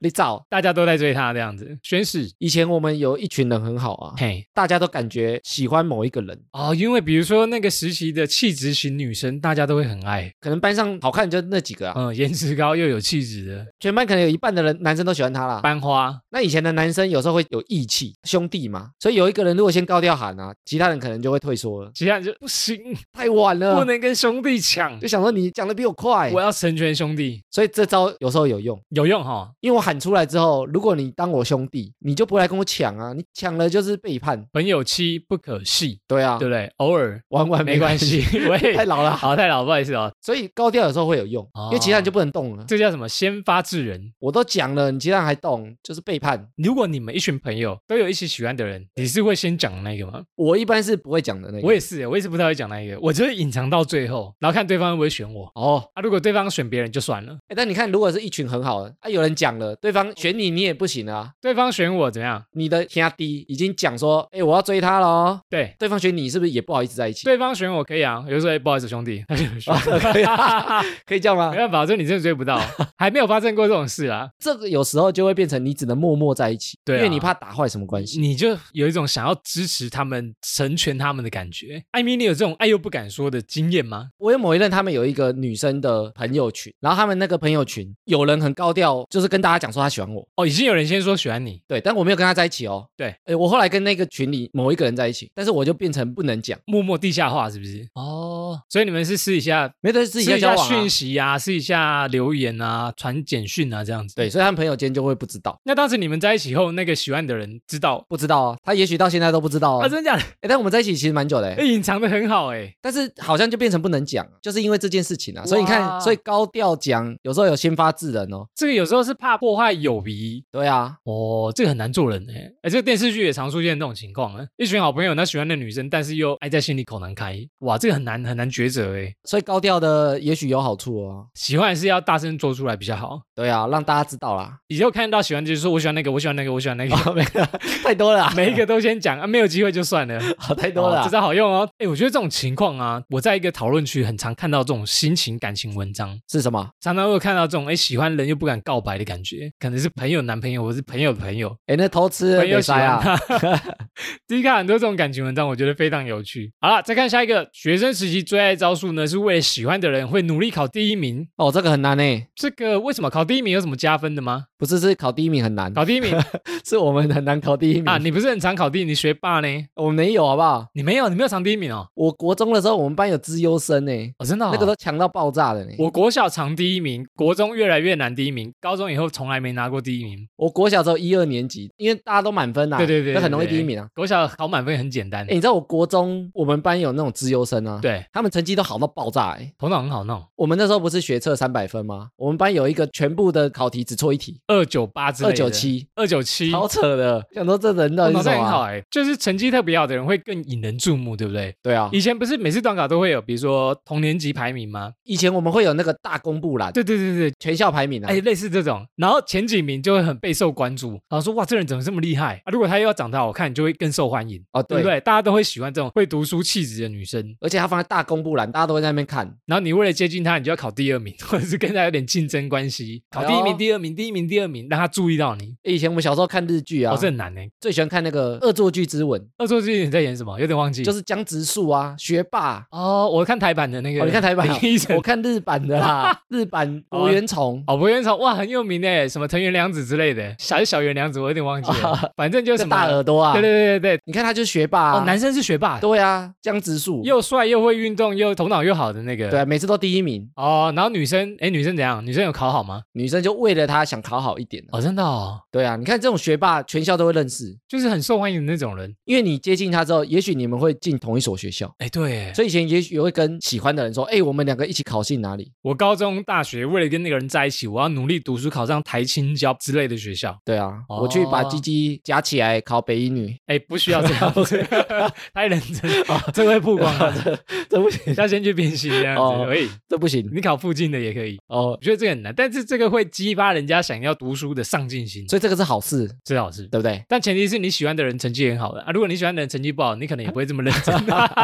你找。大家都在追她这样子宣誓。以前我们有一群人很好啊，嘿，大家都感觉喜欢某一个人，哦，因为比如说那个时期的气质型女生，大家都会很爱，可能班上好看就那几个啊，啊嗯，颜值高又有气质的全班可能有一半的人男生都喜欢他啦。班花，那以前的男生有时候会有义气，兄弟嘛，所以有一个人如果先高调喊啊，其他人可能就会退缩了，其他人就不行，太晚不了，能跟兄弟抢，就想说你讲的比我快我，要成全兄弟，所以这招有时候有用。有用哈。因为我喊出来之后，如果你当我兄弟，你就不会来跟我抢啊！你抢了就是背叛，朋友妻不可戏，对啊，对不对？偶尔玩玩没关系， (laughs) 哦太喂，老了。好太老，不好意思哦。所以高调有时候会有用，因为其他人就不能动了。这叫什么？先发制人。我都讲了，你其他人还动，就是背叛。如果你们一群朋友都有一起喜欢的人，你是会先讲那个吗？我一般是不会讲的那个。我也是耶，我也是不太会讲那一个，我就是隐藏到最后，然后看对方会不会选我。哦，啊，如果对方选别人就算了，诶但你看，如果是一群很好的，啊，有人讲了，对方选你，你也不行啊。对方选我怎么样？你的天低已经讲说，哎，我要追他喽。对，对方选你，是不是也不好意思在一起？哦对方选我可以啊。有时候哎，不好意思，兄弟，他就 (laughs) 选我可 (laughs) 以啊可以这样吗没？办法，这你真的追不到，还没有发生过这种事 (laughs) 啊。这个有时候就会变成你只能默默在一起，对啊因为你怕打坏什么关系。你就有一种想要支持他们、成全他们的感觉。艾米，你有这种爱又不敢说的经验吗？我有某一任，他们有一个女生的朋友群，然后他们那个朋友群有人很高调，就是跟大家讲说他喜欢我，哦，已经有人先说喜欢你，对，但我没有跟他在一起哦。对，哎，我后来跟那个群里某一个人在一起，但是我就变成不能讲，默默地下化是不是？哦，所以你们是私底下。没得私私底底下下交往、啊讯。息啊，私底下留言啊，传简讯啊，这样子。对，，所以他们朋友间就会不知道，那当时你们在一起后，那个喜欢的人知道不知道啊，他也许到现在都不知道啊。啊？哎、真的假的？但我们在一起其实蛮久的、哎，隐藏的很好哎。但是好像就变成不能讲，就是因为这件事情啊。所以你哇看，所以高调讲有时候有先发制人哦。这个有时候是怕破坏友谊对啊，哦，这个很难做人哎。哎，这个电视剧也常出现这种情况啊，一群好朋友，那喜欢的女生，但是又爱在心里口难开，哇，这个很难很难抉择哎。所以高调的也许有好处哦。喜欢还是要大声说出来比较好。对啊，让大家知道啦。 (laughs) 以后看到喜欢的就是说我喜欢那个，我喜欢那个，我喜欢那个，哦没有，太多了啊， (laughs) 每一个都先讲啊，没有机会就算了。好太多了哦啊这。招好用哦。哎，我觉得这种情况啊，我在一个讨论区很常看到这种心情感情文章，是什么？常常会有看到这种哎喜欢人又不敢告白的感觉，可能是朋友男朋友，或是朋友的朋友，哎，那偷吃朋友没喜塞欢啊？他。 (laughs) 第一看很多这种感情文章，我觉得非常有趣。好了，再看下一个，学生时期追爱招数呢，是为了喜欢的人会努力考第一名。哦，这个很难呢。这个为什么考第一名有什么加分的吗？不是，是考第一名很难，考第一名 (laughs) 是我们很难考第一名哦啊，你不是很常考第一，你学霸呢？我没有好不好？你没有，你没有常第一名哦。我国中的时候，我们班有资优生呢，欸哦，真的、哦，那个都强到爆炸的呢。我我国小常第一名，国中越来越难第一名，高中以后从来没拿过第一名。我国小时候一二年级，因为大家都满分啦，对对对那很容易对对第一名啊。国小考满分很简单，哎，你知道我国中我们班有那种资优生啊，对，他们成绩都好到爆炸哎。头脑很好弄，我们那时候不是学测三百分吗？我们班有一个全部的考题只错一题，二九八之类二的，九，七，二九七，好扯的。想说这人到哦底脑是什袋么很好啊？哎、就是成绩特别好的人会更引人注目，对不对？对啊，以前不是每次段考都会有，比如说同年级排名吗？以前我们会有那个大公布栏，对对对对，全校排名啊哎、。类似这种，然后前几名就会很备受关注，然后说哇，这人怎么这么厉害啊？如果他又要长得好看，就会更受欢迎，哦，对对不对？大家都会喜欢这种会读书气质的女生。而且它放在大公布栏，大家都会在那边看。然后你为了接近他，你就要考第二名， (laughs) 或者是跟他有点竞争关系，考第一哎名、呦第二名、第一名、第二名，让他注意到你。以前我们小时候看日剧啊，哦，嗯这很难呢。最喜欢看那个《恶作剧之吻》，恶作剧你在演什么？有点忘记。就是江直树啊，学霸。哦，我看台版的那个，哦，你看台 (laughs) 版啊林医，生我。看日版 (laughs) 的啦，日版博元崇。哦，博元朝哇，很有名的，什么藤原良子之类的，小小原良子，我有点忘记了，反 (laughs) 正就是这什么哦大耳朵啊！对对对对对，你看他就是学霸啊、哦，男生是学霸，对啊，江直树又帅又会运动又头脑又好的那个，对、啊，每次都第一名。哦，然后女生，哎，女生怎样？女生有考好吗？女生就为了他想考好一点、啊。哦，真的哦，对啊，你看这种学霸，全校都会认识，就是很受欢迎的那种人，因为你接近他之后，也许你们会进同一所学校。哎，对耶，所以以前也许会跟喜欢的人说：“哎、我们两个一起考进哪里我高中、大学为了跟那个人在一起，我要努力读书，考上台青交之类的学校？”。对啊，哦我去把鸡鸡夹起来考北一女，哎， (laughs) 不需要这 (laughs) 样子，太认真，哦这会曝光啊了。 (laughs) 这不行， (laughs) 要先去编析这样子，哦可以。这不行你考附近的也可以，哦我。觉得这个很难，但是这个会激发人家想要读书的上进心，所以这个是好事，这好是。对不对？但前提是你喜欢的人成绩很好的啊，如果你喜欢的人成绩不好，你可能也不会这么认真。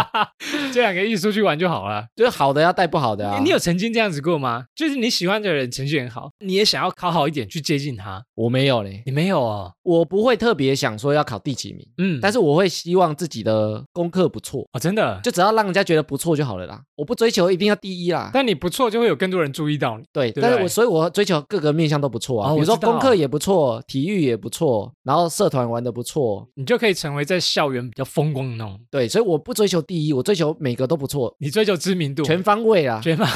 (laughs) 这两个一起出去玩就好了。就是好的要带不好的啊。哎你你有曾经这样子过吗？就是你喜欢的人成绩很好，你也想要考好一点去接近他，我没有嘞，你没有哦。我不会特别想说要考第几名，嗯，但是是我会希望自己的功课不错，哦，真的，就只要让人家觉得不错就好了啦。我不追求一定要第一啦。但你不错，就会有更多人注意到你。对，对不但是对我所以，我追求各个面向都不错啊，哦比如说我知道功课也不错，体育也不错，然后社团玩的不错，你就可以成为在校园比较风光的那种，对，所以我不追求第一，我追求每个都不错，你追求知名度，全方位啦，全方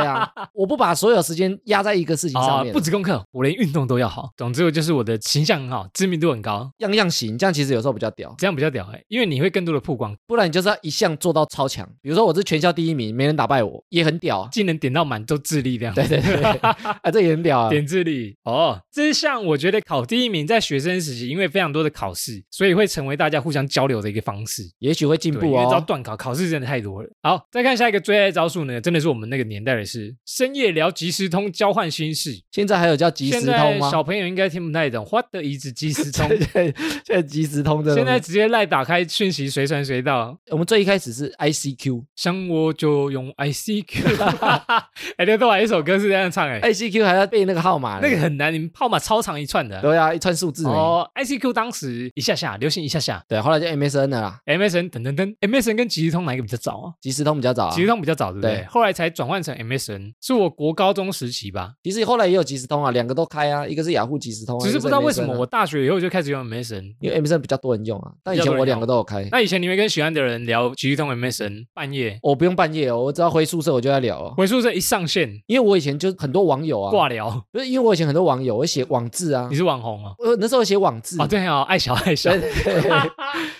(laughs) 啊，我不把所有时间压在一个事情上啊、面，不止功课，我连运动都要好。总之，我就是我的形象很好，知名度很高，样样行，这样其实有时候比较屌，这样比较屌哎、因为你会更多的曝光，不然你就是要一项做到超强，比如说我是全校第一名，没人打败我，也很屌啊，技能点到满都智力这样。对对对， (laughs) 啊，这也很屌啊，点智力哦，这是像我觉得考第一名，在学生时期，因为非常多的考试，所以会成为大家互相交流的一个方式。也许会进对，步因为招哦，断考，考试真的太多了。好，再看下一个最爱的招数呢，真的是我们那个年代的事。深夜聊即时通，交换心事。现在还有叫即现时在通吗？小朋友应该听不太懂，What the is 即时通？ (laughs) 对，现在即时通这现种，在直接赖打开讯息，随传随到。我们最一开始是 ICQ。像我就用 ICQ，哎，刘德华有一首歌是这样唱哎、 ICQ 还要背那个号码嘞，那个很难，你们号码超长一串的。对啊，一串数字而已哦，ICQ 当时一下下流行一下下对，后来就 MSN 了啦， ，MSN 等等等，MSN 跟即时通哪一个比较早啊？即时通比较早、啊。即时通比较早，对不对？对后来才转换成 MSN，是我国高中时期吧。其实后来也有即时通啊，两个都开啊，一个是雅虎即时通、啊，只一是个不知道为什 MSN 么啊我大学以后就开始用 MSN。因为 MSN 比较多人用啊，但以比较多前人我两个都有开，那以前你会跟喜欢的人聊即时通 MSN，半夜我不用半夜哦，我只要回宿舍我就在聊哦。回宿舍一上线因为我以前就很多网友啊，挂聊，不是因为我以前很多网友，我写网志啊你，是网红哦。我那时候写网志，哦，对哦，爱小爱小，对 (laughs) 对对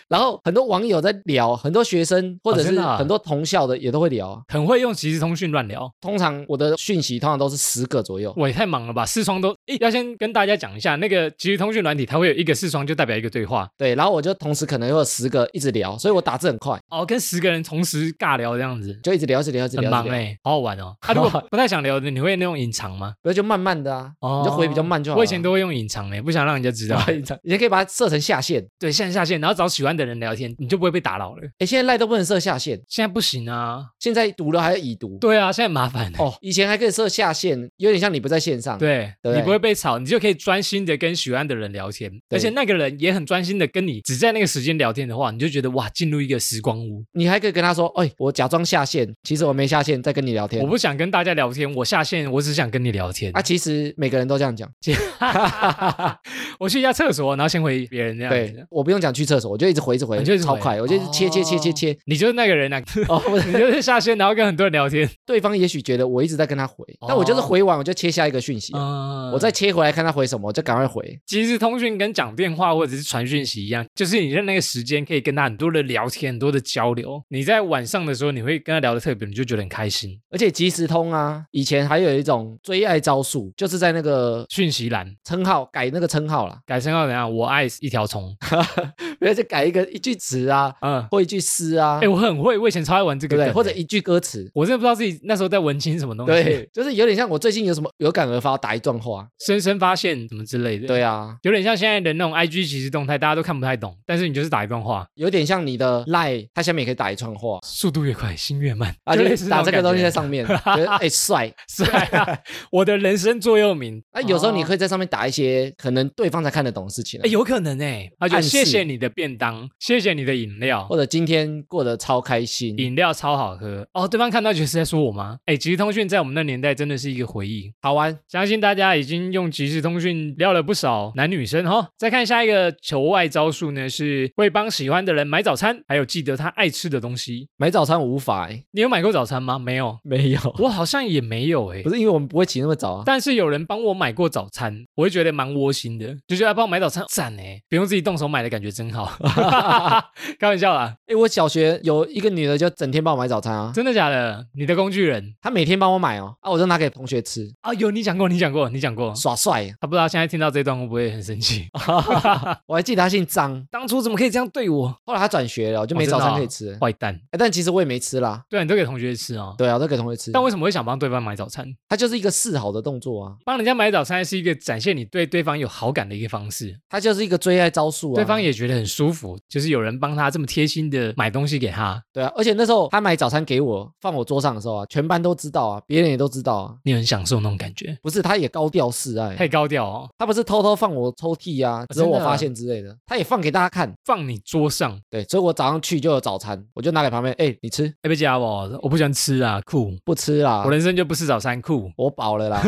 然后很多网友在聊，很多学生或者真是的啊很多同校的也都会聊啊。很会用即时通讯乱聊。通常我的讯息通常都是十个左右，我也太忙了吧，视窗都诶要先跟大家讲一下，那个即时通讯软体它会有一个视窗就代表一个对话，对，然后我就同时可能会有十个一直聊，所以我打字很快，哦，跟十个人同时尬聊这样子，就一直聊，一直聊，一直很聊，一忙直哎、聊，好好玩哦。啊，如 (laughs) 果不太想聊的，你会那种隐藏吗？然后就慢慢的啊，哦你就回比较慢就好了。我以前都会用隐藏哎、不想让人家知道。你也可以把它设成下线。 (laughs) 对，现在下线，然后找喜欢的人聊天，你就不会被打扰了。哎，现在赖都不能设下线，现在不行啊，现在读了还要已读。对啊，现在麻烦。哦，以前还可以设下线，有点像你不在线上。对对你不会被吵，你就可以专心的跟喜欢的人聊天，对而且那个人也很专心的跟你，只在那个时间聊天的话，你就觉得哇，进入一个时光屋。你还可以跟他说，哎，我假装下线，其实我没下线，在跟你聊天我。不想跟大家聊天，我下线，我只想跟你聊天。啊，其实每个人都这样讲。 (laughs) 我去一下厕所，然后先回别人这样啊对子。，哦我不用讲去厕所，我就一直回，一直回你，就一直超回哦快，我就一直切切切切切。你就是那个人啊，哦，不是 (laughs) 你就是下线，然后跟很多人聊天。对方也许觉得我一直在跟他回，但我就是回完我就切下一个讯息，哦嗯哦我再切回来看他回什么，我就赶快回。即时通讯跟讲电话或者是传讯息一样，就是你在那个时间可以跟他很多的聊天，很多的交流。你在晚上的时候，你会跟他聊的特别，你就觉得很开心。而且即时通啊，以前还有一种追爱招数，就是在那个讯息栏称号改那个称号啦，改成要怎样？我爱一条虫。比如就改一个一句词啊，嗯，或一句诗啊， (laughs) 哎、我很会，我以前超爱玩这对个梗不对？的，或者一句歌词。我真的不知道自己那时候在文青什么东西。 (laughs) 对，就是有点像我最近有什么有感而发，打一段话。深深发现什么之类的。对啊，有点像现在的那种 IG 即时动态，大家都看不太懂，但是你就是打一段话，有点像你的 line，它下面也可以打一串话，速度越快，心越慢，啊， (laughs) 就就类是似打这个东西在在 (laughs) 上面，觉得哎帅。帅啊！ (laughs) 我的人生座右铭 (laughs) 啊，有时候你哦可以在上面打一些可能对方才看得懂的事情啊哎，，有可能哎，他就暗示哦谢谢你的便当，谢谢你的饮料或。者今天过得超开心。饮料超好喝哦！对方看到觉得是在说我吗？哎，即时通讯在我们那年代真的是一个回忆，好玩，相信大家已经用即时通讯聊了不少男女生哈、再看下一个求外招数呢，是会帮喜欢的人买早餐，还有记得他爱吃的东西。买早餐我无法哎，你有买过早餐吗？ (laughs) 没有，没有，我好像也没有哎、不是因为我们不会起那么早啊。但是有人帮我买过早餐，我会觉得蛮窝心的，就觉得他帮我买早餐，赞哎，不用自己动手买的感觉真好。好， (laughs) 开玩笑啦，哎，我小学有一个女的，就整天帮我买早餐啊，真的假的？你的工具人她每天帮我买哦，啊，我就拿给同学吃，啊，有你讲过，你讲过，你讲过。耍帅。啊啊他、不知道现在听到这一段会不会很生气？我还记得她姓张，当初怎么可以这样对我？后来她转学了，我就哦没真的早餐哦可以吃。坏蛋！哎，但其实我也没吃啦。对啊，你都给同学吃哦。对啊，我都给同学吃。但为什么会想帮对方买早餐？她就是一个示好的动作啊，帮人家买早餐是一个展现你对对方有好感的一个方式，她就是一个追爱招数啊。对方也觉得很舒服，就是有人帮他这么贴心的买东西给他，对啊，而且那时候她买早餐给我，放我桌上的时候啊，全班都知道啊，别人也都知道啊。你很享受那种感觉，不是，她也高调示爱，啊太高调哦，她不是偷偷放我抽屉啊，只有真的我发现之类的，她也放给大家看。放你桌上。对，所以我早上去就有早餐，我就拿给旁边，哎，你吃哎，别夹我，我不喜欢吃啊，酷。不吃啦我？人生就不吃早餐，酷。我饱了啦，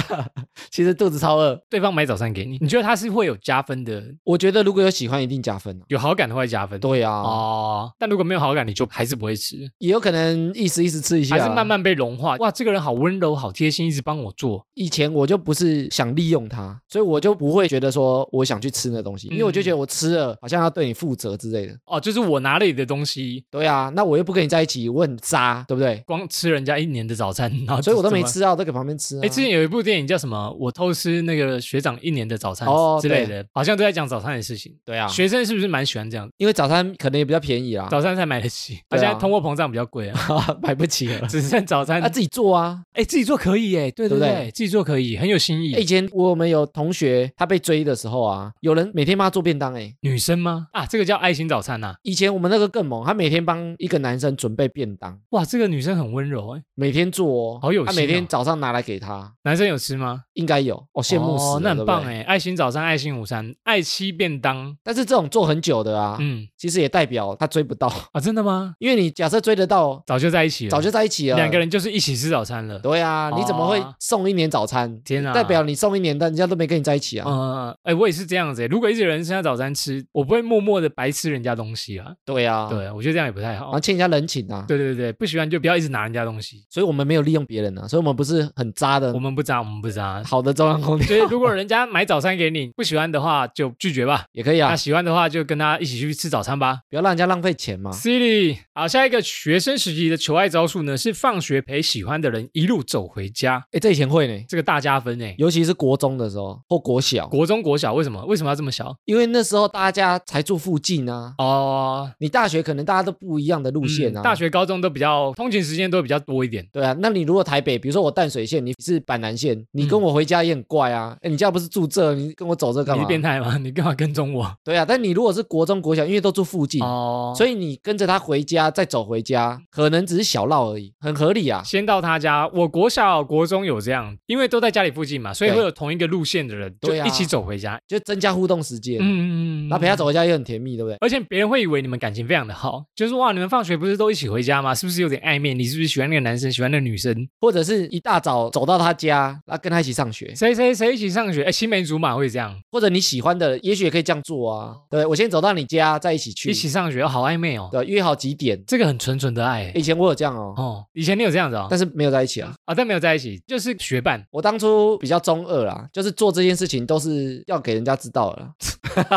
(laughs) 其实肚子超饿。对方买早餐给你，你觉得他是会有加分的，我觉得如果有喜欢，一定加分啊。有好感的话会加分。对啊，哦，但如果没有好感，你就还是不会吃，也有可能一时一时吃一下还啊，是慢慢被融化。哇，这个人好温柔，好贴心，一直帮我做。以前我就不是想利用它，所以我就不会觉得说我想去吃那嗯东西，因为我就觉得我吃了好像要对你负责之类的。哦，就是我拿了你的东西，对啊，那我又不跟你在一起，我很渣，对不对？光吃人家一年的早餐，然后所以我都没怎么。吃啊，我都给旁边吃啊。哎，之前有一部电影叫什么？我偷吃那个学长一年的早餐哦之类的，好像都在讲早餐的事情。对啊，学生是不是蛮喜欢这样？因为早餐可能也比较便宜啦，早餐才买得起，而对啊且现在通货膨胀比较贵啊， (laughs) 买不起了，只剩早餐啊。自己做啊。哎，自己做可以哎，对对不对对，自己做可以，很有新哎以意。前我们有同学他被追的时候啊，有人每天帮他做便当哎、女生吗？啊，这个叫爱心早餐啊呐。以前我们那个更猛，他每天帮一个男生准备便当，哇，这个女生很温柔哎，每天做哦，好有他心每天哦早上拿来给他，男生有吃吗？应该有哦，羡慕死了哦，那很棒哎。哎！爱心早餐、爱心午餐、爱妻便当，但是这种做很久的啊，嗯其实也代表他追不到，啊，真的吗？因为你假设追得到，早就在一起了，早就在一起了，两个。人就是一起吃早餐了。对啊，你怎么会哦送一年早餐？天啊，代表你送一年，但人家都没跟你在一起啊。嗯，哎、我也是这样子、欸。如果一直有人剩下早餐吃，我不会默默的白吃人家东西啊。对啊，对，我觉得这样也不太然好。后欠人家人情啊。对对对，不喜欢就不要一直拿人家东西。所以我们没有利用别人啊，所以我们不是很渣的我，们不渣，我们不渣。好的中央空调所以如果人家买早餐给你，不喜欢的话就拒绝吧。也可以那、啊，喜欢的话就跟他一起去吃早餐吧。不要让人家浪费钱嘛。 Silly，好，下一个学生时期的求爱招数呢，是放学陪喜欢的人一路走回家，哎，这以前会呢，这个大加分哎、尤其是国中的时候或国小，国中、国小为什么？为什么要这么小？因为那时候大家才住附近啊。哦，你大学可能大家都不一样的路线啊。嗯大学、高中都比较通勤时间都比较多一点。对啊，那你如果台北，比如说我淡水县，你是板南线，你嗯跟我回家也很怪啊。哎、你家不是住这，你跟我走这干你嘛是？变态吗？你干嘛跟踪我？对啊，但你如果是国中、国小，因为都住附近，哦所以以你跟着他回家，再走回家，可能只是小闹而已，很合理啊。先到他家。我国小、国中有这样，因为都在家里附近嘛，所以对会有同一个路线的人，就对啊一起走回家。就增加互动时间，嗯嗯嗯，然后陪他。走回家也很甜蜜，对不对？而且别人会以为你们感情非常的好，就是哇，你们放学不是都一起回家吗？是不是有点暧昧？你是不是喜欢那个男生，喜欢那个女生？或者是一大早走到他家，然后跟他一起上学，谁谁谁一起上学？哎，青梅竹马会这样，或者你喜欢的，也许也可以这样做啊。对，我先走到你家，再一起去，一起上学，哦好暧昧哦。对，约好几点。这个很纯纯的爱以前我有这样哦，哦。以前你有这样子哦？但是没有在一起啊。啊，但没有在一起，就是学伴。我当初比较中二啦，就是做这件事情都是要给人家知道的啦。 (laughs)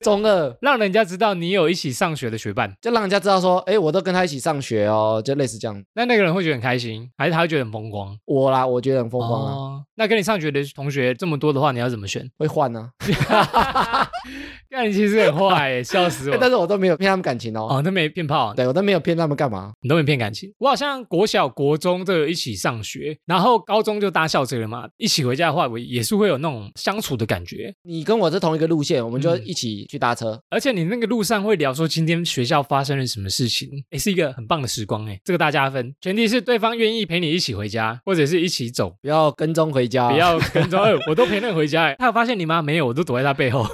中二让人家知道你有一起上学的学伴，就让人家知道说，哎，我都跟他一起上学哦，就类似这样。那那个人会觉得很开心，还是他会觉得很风光？我啦，我觉得很风光啊，哦，那跟你上学的同学这么多的话，你要怎么选？ (laughs) 会换啊，干，你其实很坏 (laughs) 耶，笑死我！欸但是我都没有骗他们感情哦。啊哦，那没骗炮，对，我都没有骗他们干嘛？你都没骗感情。我好像国小、国中都有一起上学，然后高中就搭校车了嘛。一起回家的话，我也是会有那种相处的感觉。你跟我是同一个路线，我们就嗯一起去搭车。而且你那个路上会聊说今天学校发生了什么事情，诶，是一个很棒的时光诶，这个大加分。前提是对方愿意陪你一起回家，或者是一起走，不要跟踪回家，不要跟 (laughs) 踪，哎我都陪那个回家。哎，他有发现你吗？没有，我都躲在他背后。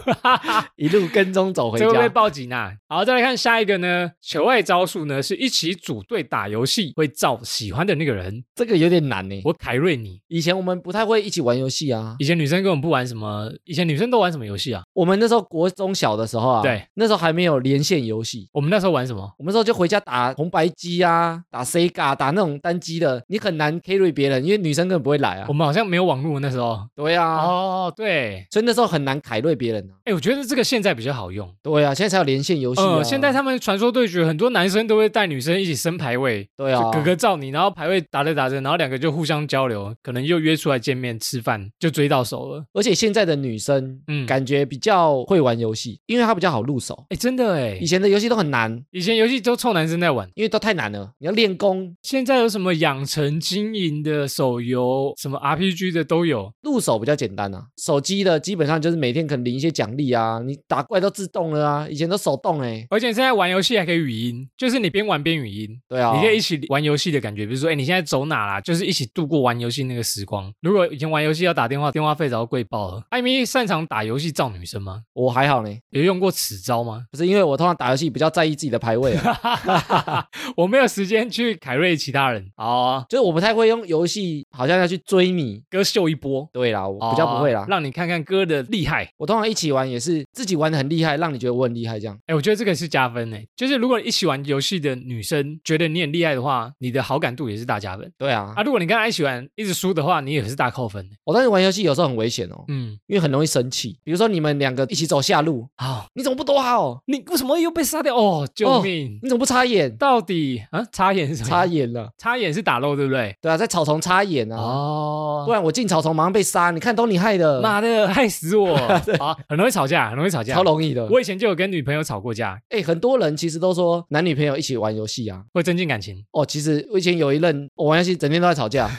一路跟踪走回这会不会家。报警啊？好，再来看下一个呢，求爱招数呢是一起组队打游戏，会照喜欢的那个人。这个有点难呢。我凯瑞你，以前我们不太会一起玩游戏啊，以前女生根本不玩什么，以前女生都玩什么游戏啊？我们那时候国中小小的时候啊，对，那时候还没有连线游戏。我们那时候玩什么？我们那时候就回家打红白机啊，打 Sega，打那种单机的，你很难 carry 别人，因为女生根本不会来啊我。们好像没有网络那时候。对啊，哦，对，所以那时候很难凯瑞别人啊。哎，我觉得这个现在比较好用。对啊，现在才有连线游戏啊。呃，现在他们传说对决，很多男生都会带女生一起升排位，对啊就，哥哥罩你，然后排位打着打着，然后两个就互相交流，可能又约出来见面吃饭，就追到手了。而且现在的女生，嗯感觉比较会玩游戏，因为她比较好入手。哎，真的哎以，前的游戏都很难，以前游戏都臭男生在玩，因为都太难了，你要练功，现在有什么养成经营的手游，什么 RPG 的都有。入手比较简单啊。手机的基本上就是每天可能领一些奖励啊，你打怪都自动了啊，以前都手动哎、而且现在玩游戏还可以语音，就是你边玩边语音，对啊，你可以一起玩游戏的感觉。比如说，哎，你现在走哪啦？就是一起度过玩游戏那个时光。如果以前玩游戏要打电话，电话费早就贵爆了。艾米擅长打游戏造女生吗？我还好呢，有用过此招吗？ (laughs) 不是因为我通常打游戏比较在意自己的排位啊，我没有时间去凯瑞其他人，好、哦，就是我不太会用游戏，好像要去追你。哥秀一波，对啦，我比较不会啦哦，让你看看哥的厉害。我通常一起玩也是自己玩的很厉害，让你觉得我很厉害这样。哎，我觉得这个是加分诶，就是如果一起玩游戏的女生觉得你很厉害的话，你的好感度也是大加分对啊，啊。如果你跟她一起玩一直输的话，你也是大扣分。欸我、哦但是玩游戏有时候很危险哦，嗯，因为很容易生气。比如说你们两个一起走下路，好，你怎么不躲好？你为什么又被杀掉？哦，救命！你怎么不插眼？到底啊，插眼是什么？插眼了，插眼是打漏，对不对？对啊，在草丛插眼啊，不哦，然我进草丛马上被杀。你看都你害的，妈的，害死 (laughs) 我！啊，很容易吵架，很容易吵架，超容易的。我以前就有跟女朋友吵过架，哎、很多人其实都说男女朋友一起玩游戏啊。会增进感情，哦，其实我以前有一任，我玩游戏整天都在 (laughs) 吵架，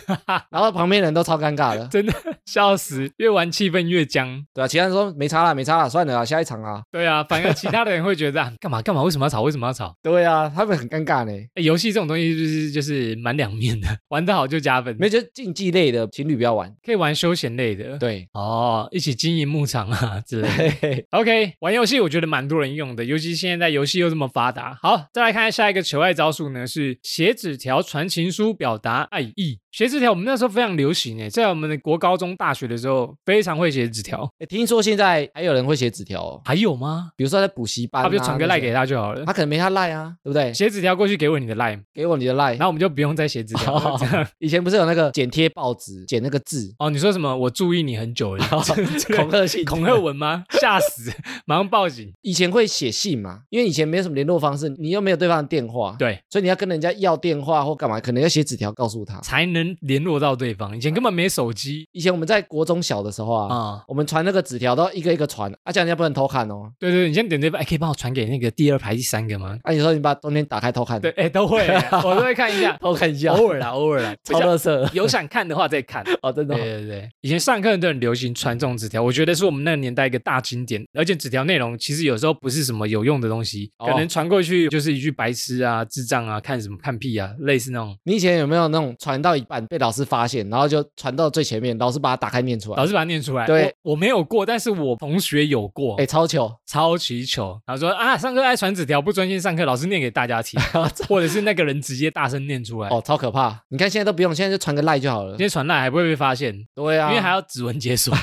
然后旁边人都超尴尬的。真的笑死，越玩气氛越僵。对啊，其他人说没差啦，没差啦，算了啦，下一场啊。对啊，反而其他的人会觉得啊，干嘛干嘛，为什么要吵？为什么要吵？对啊，他们很尴尬呢。欸游戏这种东西就是就是蛮两面的，玩得好就加分，没就竞技类的情侣不要玩。可以玩休闲类的。 (laughs) 对，哦，一起经营牧场啊之类的。嘿嘿 OK，玩游戏我觉得蛮多人用的，尤其现在游戏又这么发达。好，再来看下一个求爱招数呢，是写纸条传情书表达爱意。写纸条我们那时候非常流行诶，欸在我们的国高中、大学的时候非常会写纸条。欸听说现在还有人会写纸条、哦，还有吗？比如说在补习班、啊，他不就传个赖给他，他就好了他。可能没他赖啊，对不对？写纸条过去给我你的赖，给我你的赖然。后我们就不用再写纸条 (laughs) 了。哦这样，以前不是有那个剪贴报纸，剪那个字 (laughs) 哦，你说什么？我注意你很久 (laughs) 了， (laughs) 这个恐吓信，恐吓。文吗？ (laughs) 吓死，马上报警。以前会写信嘛，因为以前没有什么联络方式，你又没有对方的电话，，对，所以你要跟人家要电话或干嘛，可能要写纸条告诉他。才能联络到对方。以前根本没手机以前我们在国中小的时候啊，啊。我们传那个纸条都要一个一个传，啊，这样人家不能偷看哦。对对，你先点对方，哎，可以帮我传给那个第二排第三个吗？啊，你说你把中间打开偷看，，对，，哎，都 (laughs) 会，我都会看一下偷看一下，偶尔啦，偶尔啦，超 (laughs) 比较乐色 (laughs) 有想看的话再 (laughs) 看。哦，真的对哦、对对，以前上课都很流行传这种纸条，我觉得是我们那个年代一个大经典。而且纸条内容其实有时候不是什么有用的东西，哦可能传过去就是一句白痴啊、智障啊、看什么看屁啊，类似那种。你以前有没有那种传到一半被老师发现，然后就传到最前面，老师把它打开念出来老？师把它念出来，对我，我没有过，但是我同学有过，哎，超 (laughs) 糗！超级糗。然后说啊，上课爱传纸条，不专心上课，老师念给大家 (laughs) 听，或者是那个人直接大声念出来。哦，超可怕！你看现在都不用，现在就传个赖就好了今。天传来还不会被发现，对啊，因为还要指纹解 (laughs) 锁，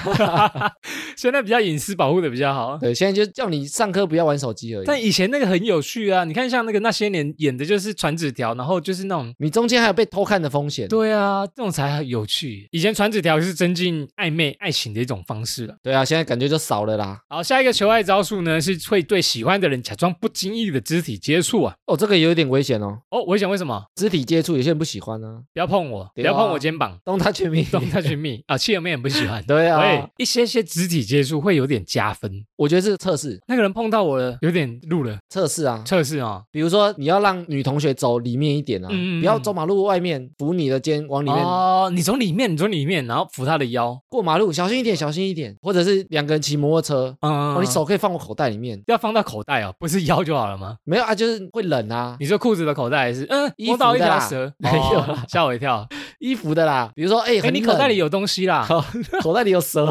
现在比较隐私保护的比较好。对，现在就叫你上课不要玩手机而已。但以前那个很有趣啊，你看像那个那些年演的就是传纸条，然后就是那种。你中间还有被偷看的风险。对啊，这种才有趣。以前传纸条是增进暧昧爱情的一种方式了。对啊，现在感觉就少了啦。好，下一个求爱招数呢，是会对喜欢的人假装不经意的肢体接触啊。哦，这个有点危险哦，哦，我想为什么？肢体接触有些人不喜 (laughs) 欢呢、不要碰我，不对啊要碰我肩膀，啊。东大全民，动他去 (laughs) 密啊，气友妹很不喜欢。对啊，喂，一些些肢体接触会有点加分。我觉得是测试，那个人碰到我了，有点路了，测试啊。测试哦。比如说你要让女同学走里面一点啊，嗯嗯嗯不要走马路外面，扶你的肩往里面、哦，你从里面，你从里面，然后扶他的腰，过马路，小心一点，小心一点。或者是两个人骑摩托车，嗯，哦，你手可以放我口袋里面，要放到口袋哦，不是腰就好了 (laughs) 吗？没有啊，就是会冷啊，你说裤子的口袋还是嗯，衣摸到服一的条啦蛇，没有哦吓我一跳。衣服的啦。比如说，哎、哎，很你冷口袋里有东西啦，口袋里有蛇，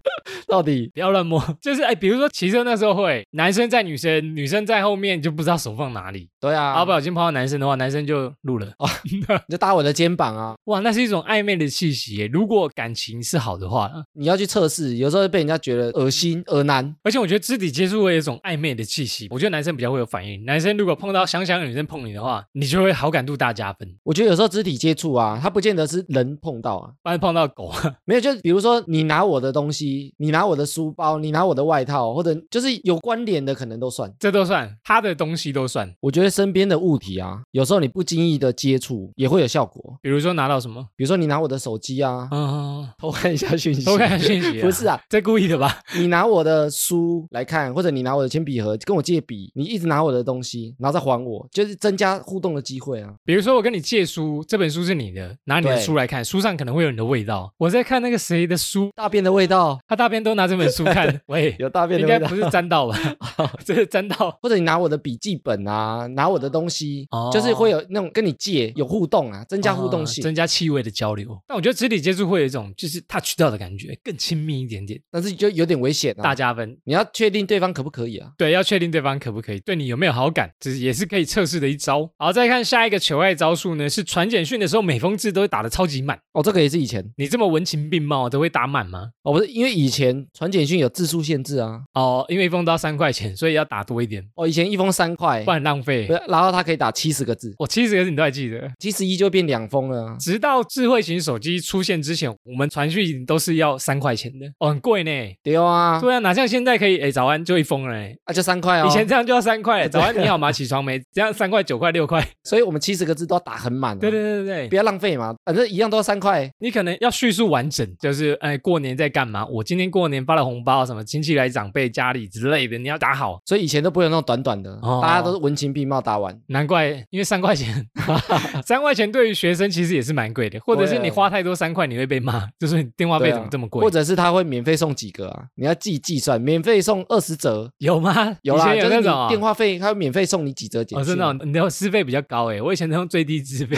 (laughs) 到底不要乱摸，就是哎，比如说骑车那时候会，男生在女生，女生在后面，你就不知道手放哪里。对啊，啊，不小心碰到男生的话，男生就录了。你就搭我的肩膀啊！哇，那是一种暧昧的气息耶。如果感情是好的话，你要去测试，有时候会被人家觉得恶心、恶男。而且我觉得肢体接触会有一种暧昧的气息。我觉得男生比较会有反应。男生如果碰到香香的女生碰你的话，你就会好感度大加分。我觉得有时候肢体接触啊，它不见得是人碰到啊，不然碰到狗， (laughs) 没有，就比如说你拿我的东西，你拿我的书包，你拿我的外套，或者就是有关联的可能都算。这都算，他的东西都算。我觉得身边的物体啊，有时候你不经意的接触也会有效果。比如说拿到什么，比如说你拿我的手机啊，嗯， (laughs) 偷看一下讯息，偷看讯息、 (laughs) 不是啊，啊，这故意的吧？ (laughs) 你拿我的书来看，或者你拿我的铅笔盒跟我借笔，你一直拿我的东西，然后再还我，就是增加互动的机会啊。比如说我跟你借书，这本书是你的，拿你的对书来看，书上可能会有你的味道。我在看那个谁的书，大便的味道，他大便都拿这本书 (laughs) 看，喂，有大便应的该味道不。是沾 (laughs) 到吧？ (laughs) 这是沾到。或者你拿我的笔记本啊，拿我的东西，哦就是会有那种跟你借有互动啊，增加互动啊性。增加气味的交流。但我觉得肢体接触会有一种就是 touch 到的感觉，更亲密一点点，但是就有点危险啊。大加分。你要确定对方可不可以啊？对，要确定对方可不可以对你有没有好感，这也是可以测试的一招。好，再看下一个求爱招数呢，是传简讯的时候每封字都会打得超级满。哦，这个也是以前你这么文情并茂都会打满吗？哦，不是因为以前传简讯有字数限制啊。哦，因为一封都要三块钱，所以要打多一点，哦，以前一封三块不，然浪费不。是然后它可以打七十个字， (laughs) 我七十个字你都还记得，七十一就变两封了啊。直到智慧型手机出现之前，我们传讯都是要三块钱的，哦，很贵呢。对啊，对啊，哪像现在可以，哎，早安就一封了嘞。啊就三块哦。以前这样就要三块，早安你好吗？起床没？这样三块、九块、六 (laughs) 块。所以我们七十个字都要打很满、啊。对对对对不对，要浪费嘛，反正一样都要三块。你可能要叙述完整，就是哎，过年在干嘛？我今天过年发了红包，什么亲戚来长辈家里之类的，你要打好。所以以前都不会有那种短短的，哦大家都是文情并茂打完。难怪，因为三块 (laughs) 钱，三块钱对于学生其实也是蛮贵的，或者是对啊你花太多三块，你会被骂，就是你电话费对啊怎么这么贵？或者是他会免费送几个啊？你要自己计算，免费送二十折，有吗？有以啦，前就有是那你种啊电话费，他会免费送你几折简哦，讯。啊真的哦，你的资费比较高哎，我以前都用最低 (laughs) 资费，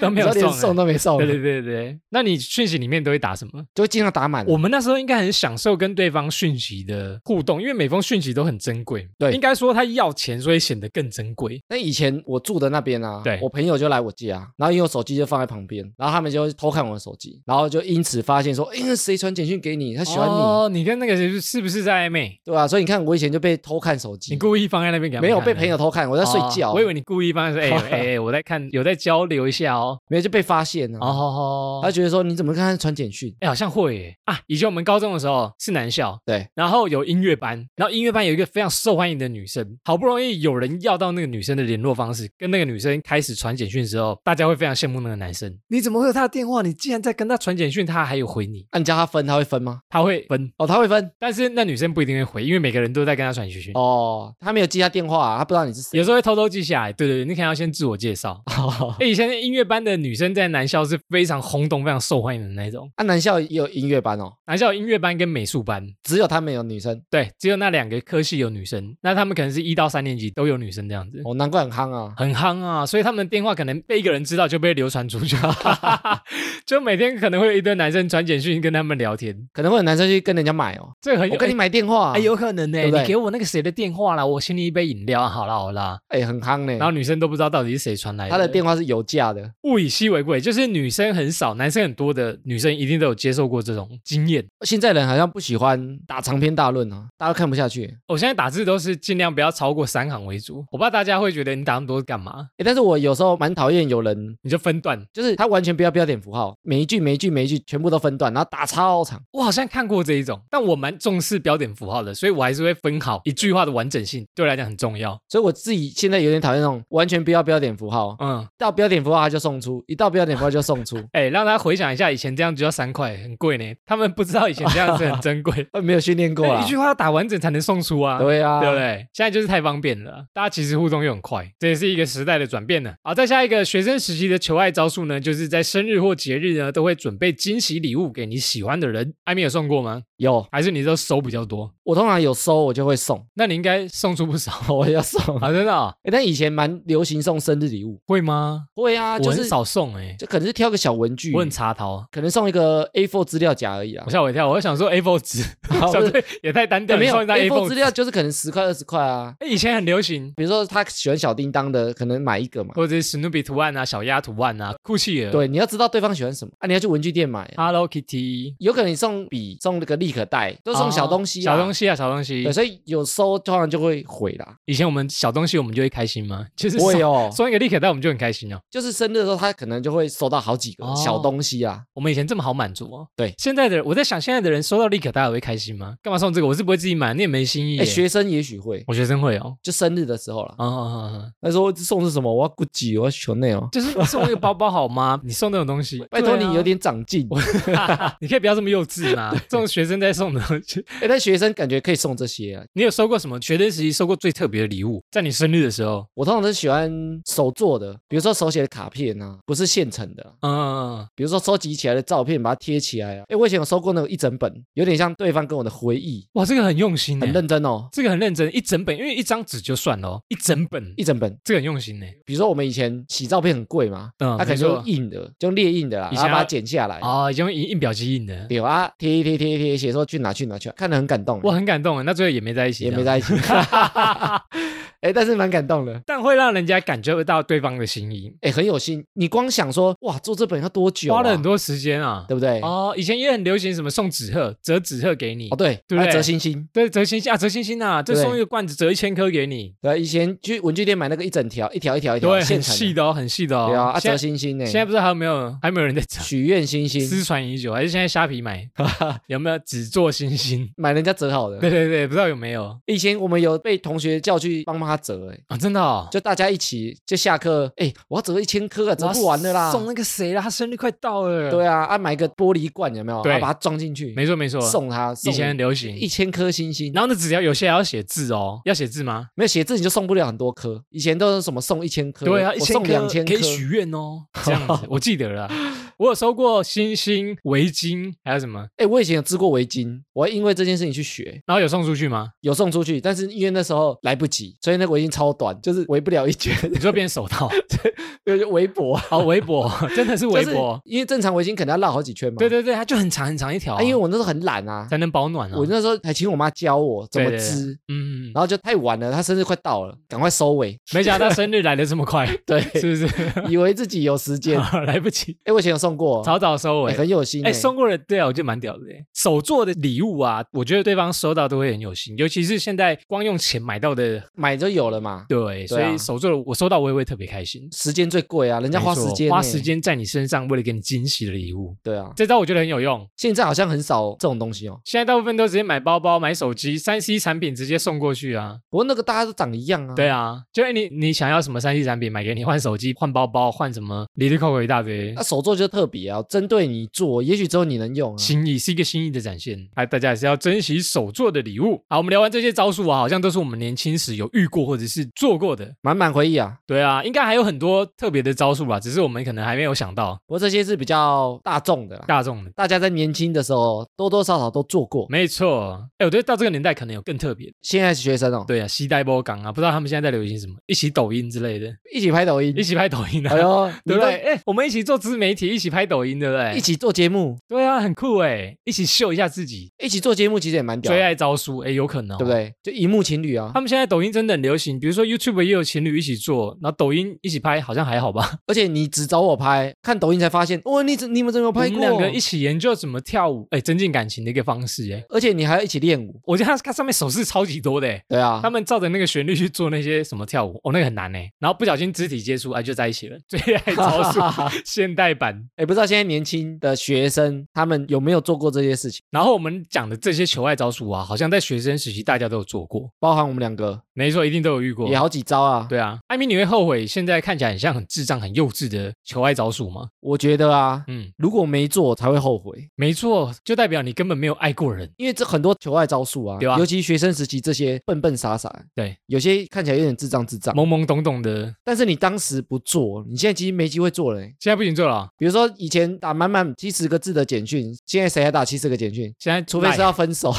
都没有你知道送欸连送。都没送啊对，对对对，那你讯息里面都会打什么？就会尽量打满。啊我们那时候应该很享受跟对方讯息的互动，因为每封讯息都很珍贵。对应该说他要钱，所以显得更珍贵。那以前我住的那边啊，对我朋友就来我家，然后因为我手机就放在旁边，然后他们就偷看我的手机，然后就因此发现说，哎，那谁传简讯给你？他喜欢你，哦，你跟那个谁是不是在暧昧？对吧？所以你看，我以前就被偷看手你机，故意放在那边给他们没有看被的朋友偷看，我在睡觉，哦我以为你故意放在说，哎哎哎，我在看，有在交流一下 (laughs) 哦。没有就被发现哦啊。哦，他觉得说你怎么看他传简讯？哎，好像会耶啊！以前我们高中的时候是男校，对，然后有音乐班，然后音乐班有一个非常受欢迎的女生，好不容易有人要到那个女生的联络方式，跟那个女生开始传简讯之后，大家会非常羡慕那个男生。你怎么会有他的电话？你竟然在跟他传简讯，他还有回你，按啊教他分，他会分吗？他会分，哦，他会分但是那女生不一定会回，因为每个人都在跟他传简讯。哦，他没有记他电话、啊，他不知道你是谁。有时候会偷偷记下来，对对对，你可能要先自我介绍。哎，以前音乐班的女生在男校是非常轰动、非常受欢迎的那种。啊，男校也有音乐班哦，男校有音乐班跟美术班，只有他们有女生对，只有那两个科系有女生，那他们可能是一到三年级都有女生这样子。哦，难怪很夯啊。很夯啊，所以他们的电话可能被一个人知道就被流传出去， (laughs) 就每天可能会有一堆男生传简讯跟他们聊天，可能会有男生去跟人家买哦，这个很有我跟你买电话、啊，哎、有可能呢、对不对你给我那个谁的电话啦，我请你一杯饮料，好啦好啦。哎、很夯呢、然后女生都不知道到底是谁传来的，他的电话是有价的，物以稀为贵，就是女生很少，男生很多的女生一定都有接受过这种经验。现在人好像不喜欢打长篇大论啊，大家都看不下去。哎、我现在打字都是尽量不要超过三行为主，我不知道大家会觉得你打那么多干嘛，但是我有时候蛮讨厌有人，你就分段。就是他完全不要标点符号，每一句每一句每一句全部都分段，然后打超长。我好像看过这一种，但我蛮重视标点符号的，所以我还是会分好一句话的完整性，对我来讲很重要。所以我自己现在有点讨厌那种完全不要标点符号，嗯，到标点符号他就送出，一到标点符号就送出，，哎，让大家回想一下，以前这样只要三块，很贵呢。他们不知道以前这样是很珍贵 (laughs) 呃没有训练过 (laughs) 啊一。句话要打完整才能送出啊。对啊，对不对？现在就是太方便了，大家其实互动又很快，这也是一个时代的转变呢。好，再下一个学生时期的求爱招数呢，就是在生日或节日呢，都会准备惊喜礼物给你喜欢的人。艾米有送过吗？有还是你都收比较多？我通常有收，我就会送， (laughs) 那你应该送出不少我要送。 (laughs) 啊，真的啊、欸但以前蛮流行送生日礼物，会吗？会啊，我就很是少送哎、就可能是挑个小文具我，很茶桃。可能送一个 A4 资料夹而已啦啊我。吓我一跳，我想 (laughs) 说 A4 纸，好 (laughs) 想不是说也太单调，欸没你有送一张 A4 A4 资纸。料就是可能十块二十块啊。哎，以前很流行，比如说他喜欢小叮当的，可能买一个嘛。或者是史努比图案啊、小鸭图案啊、酷企鹅、对，你要知道对方喜欢什么啊，你要去文具店买啊。 Hello Kitty，哦有可能你送笔，送那个立可带，都送小东西、小东西。西啊，小东西对，。所以有收通常就会毁啦。以前我们小东西我们就会开心吗？就是不会送哦，送一个立可带我们就很开心哦。就是生日的时候，他可能就会收到好几个哦小东西啊。我们以前这么好满足哦。对现在的人我在想，现在的人收到立可带还会开心吗？干嘛送这个？我是不会自己买，你也没心意耶。哎、学哦生也许会，我学生会哦。就生日的时候啦。啊啊啊啊！啊那时候送是什么？我要 GUCCI，我要 Chanel。就是你送我一个包包好吗？你送那种东西， (laughs) 拜托对啊你有，点长进。 (laughs) 你可以不要这么幼稚嘛。这种学生在送的东西，哎、但学生感觉可以送这些啊。你有收过什么学生时期收过最特别的礼物？在你生日的时候，我通常都是喜欢手做的，比如说手写的卡片啊，不是现成的啊、嗯嗯，嗯比如说收集起来的照片，把它贴起来啊。哎，我以前有收过那个一整本，有点像对方跟我的回忆，哇，这个很用心耶，很认真哦，这个很认真，一整本，因为一张纸就算了哦，一整本，一整本。这个很用心呢。比如说我们以前洗照片很贵嘛，嗯它可能没错就用印的，就用列印的啦，以然前后把它要剪下来，啊，已经用印印表机印的，对啊，贴一贴贴一贴，写说去哪去哪去哪，看得很感动，我很感动啊。那最后也没在一起，也没，在一起， (laughs) (laughs) 哎，但是蛮感动的。但会让人家感觉到对方的心意，哎，很有心，你光想说哇，做这本要多久、啊？花了很，多时间啊。对不对？哦，哦，以前也很流行什么送纸鹤，折纸鹤给你，对，对不还有对折星星，对，折星星啊，折星星啊，这对送一个罐子折一千颗给你，对，以前去文具店买那个一整条，一条一条一条对，啊现很成细的，的哦，很细的哦。对啊，啊现折在星星呢，现在不知道还有没有还有没有人在折，许愿星星，失传已久，还是现在虾皮 (laughs) 买有没有纸做星星？买人家折好的。对对对，不知道有没有以前我们有被同学叫去帮忙他折、欸，啊？真的哦，就大家一起就下课，哎、我要折一千颗啊，折不完的啦。送那个谁啦，他生日快到了。对啊，啊买个玻璃罐有没有？对啊、把它装进去，没错没错，送他。以前很送流一行。千颗星星，然后那纸条有些还要写字哦，要写字吗？没有写字你就送不了很多颗。以前都是什么送一千颗，对啊，我一千送两千可颗以，许愿哦，这样 (laughs) 子我记得了。我有收过星星、围巾，还有什么？哎、我以前有织过围巾，我还因为这件事情去学，然后有送出去吗？有送出去，但是因为那时候来不及，所以那个围巾超短，就是围不了一圈， (laughs) 你说变手套？就是围脖，哦，围脖，真的是 (laughs) 围就是脖。因为正常围巾可能要绕好几圈嘛。对对对，它就很长很长一条啊，啊，因为我那时候很懒啊，才能保暖啊。我那时候还请我妈教我怎么对对对织，嗯，然后就太晚了，她生日快到了，赶快收 (laughs) 尾。 (laughs) 没想到生日来的这么快，对，是不是？以为自己有 (laughs) 时间。哎、来不及，我以前有送过，早早收哎尾。很有心、哎，哎，送过的，对啊，我觉得蛮屌的欸。手做的礼物啊，我觉得对方收到都会很有心，尤其是现在光用钱买到的，买就有了嘛。对，所对啊以手做的我收到我也会特别开心。时间最贵啊，人家花时间、没错花哎时。间在你身上，为了给你惊喜的礼物，对啊，这招我觉得很有用。现在好像很少这种东西哦。现在大部分都直接买包包、买手机，三 C 产品直接送过去啊。不过那个大家都长一样啊。对啊，就哎你你想要什么三 C 产品，买给你换手机、换包包、换什么，里里扣扣一大堆那、，手作就特别啊，针对你做，也许只有你能用啊。心意是一个心意的展现，哎，大家也是要珍惜手做的礼物。好，我们聊完这些招数啊，好像都是我们年轻时有遇过或者是做过的。满满回忆啊。对啊，应该还有很多特别的招数吧，只是我们可能还没有想到不过这些是比较大众的啦，大众的。大家在年轻的时候多多少少都做过。没错，哎，我觉得到这个年代可能有更特别的。现在学生哦，对啊，西带波港啊，不知道他们现在在流行什么，一起抖音之类的，一起拍抖音 (laughs) 一，起拍抖音哎啊，呦， (laughs) 对不对？你哎，我们一起做自媒体，一起拍抖音，对不都？对一？起做节目，对啊，很酷哎，一起秀一下自己一起做节目其实也蛮屌的最，爱招数，哎，有可能哦对不？对？就荧幕情侣啊，他们现在抖音真的很流行，比如说 YouTube 也有情侣一起做，然后抖音一起拍，好像还好吧？而且你只找我拍，看抖音才发现，哇，你怎你们怎么拍我过？们两个一起研究怎么跳舞，哎，增进感情的一个方式，哎，而且你还要一起练舞，我觉得它它上面手势超级多的，哎。对啊他，们照着那个旋律去做那些什么跳舞，哦，那个很难呢。然后不小心肢体接触，哎，就在一起了。 (laughs) 最爱招 (laughs) 数现代版。哎，不知道现在年轻的学生他们有没有做过这些事情，然后我们讲的这些求爱招数啊，好像在学生时期大家都有做过，包含我们两个，没错，一定都有遇过也。好几招啊。对啊，艾米，你会后悔现在看起来很像很智障、很幼稚的求爱招数吗？我觉得啊，嗯，如果没做才会后悔，没错，就代表你根本没有爱过人。因为这很多求爱招数啊，对啊尤其学生时期这些笨笨傻傻，对，有些看起来有点智障智障，懵懵懂懂的，但是你当时不做，你现在其实没机会做了欸、现在不行做了啊、比如说以前打满满七十个字的简讯，现在谁还打七十个简讯？现在哎除非是要分 (laughs) 手，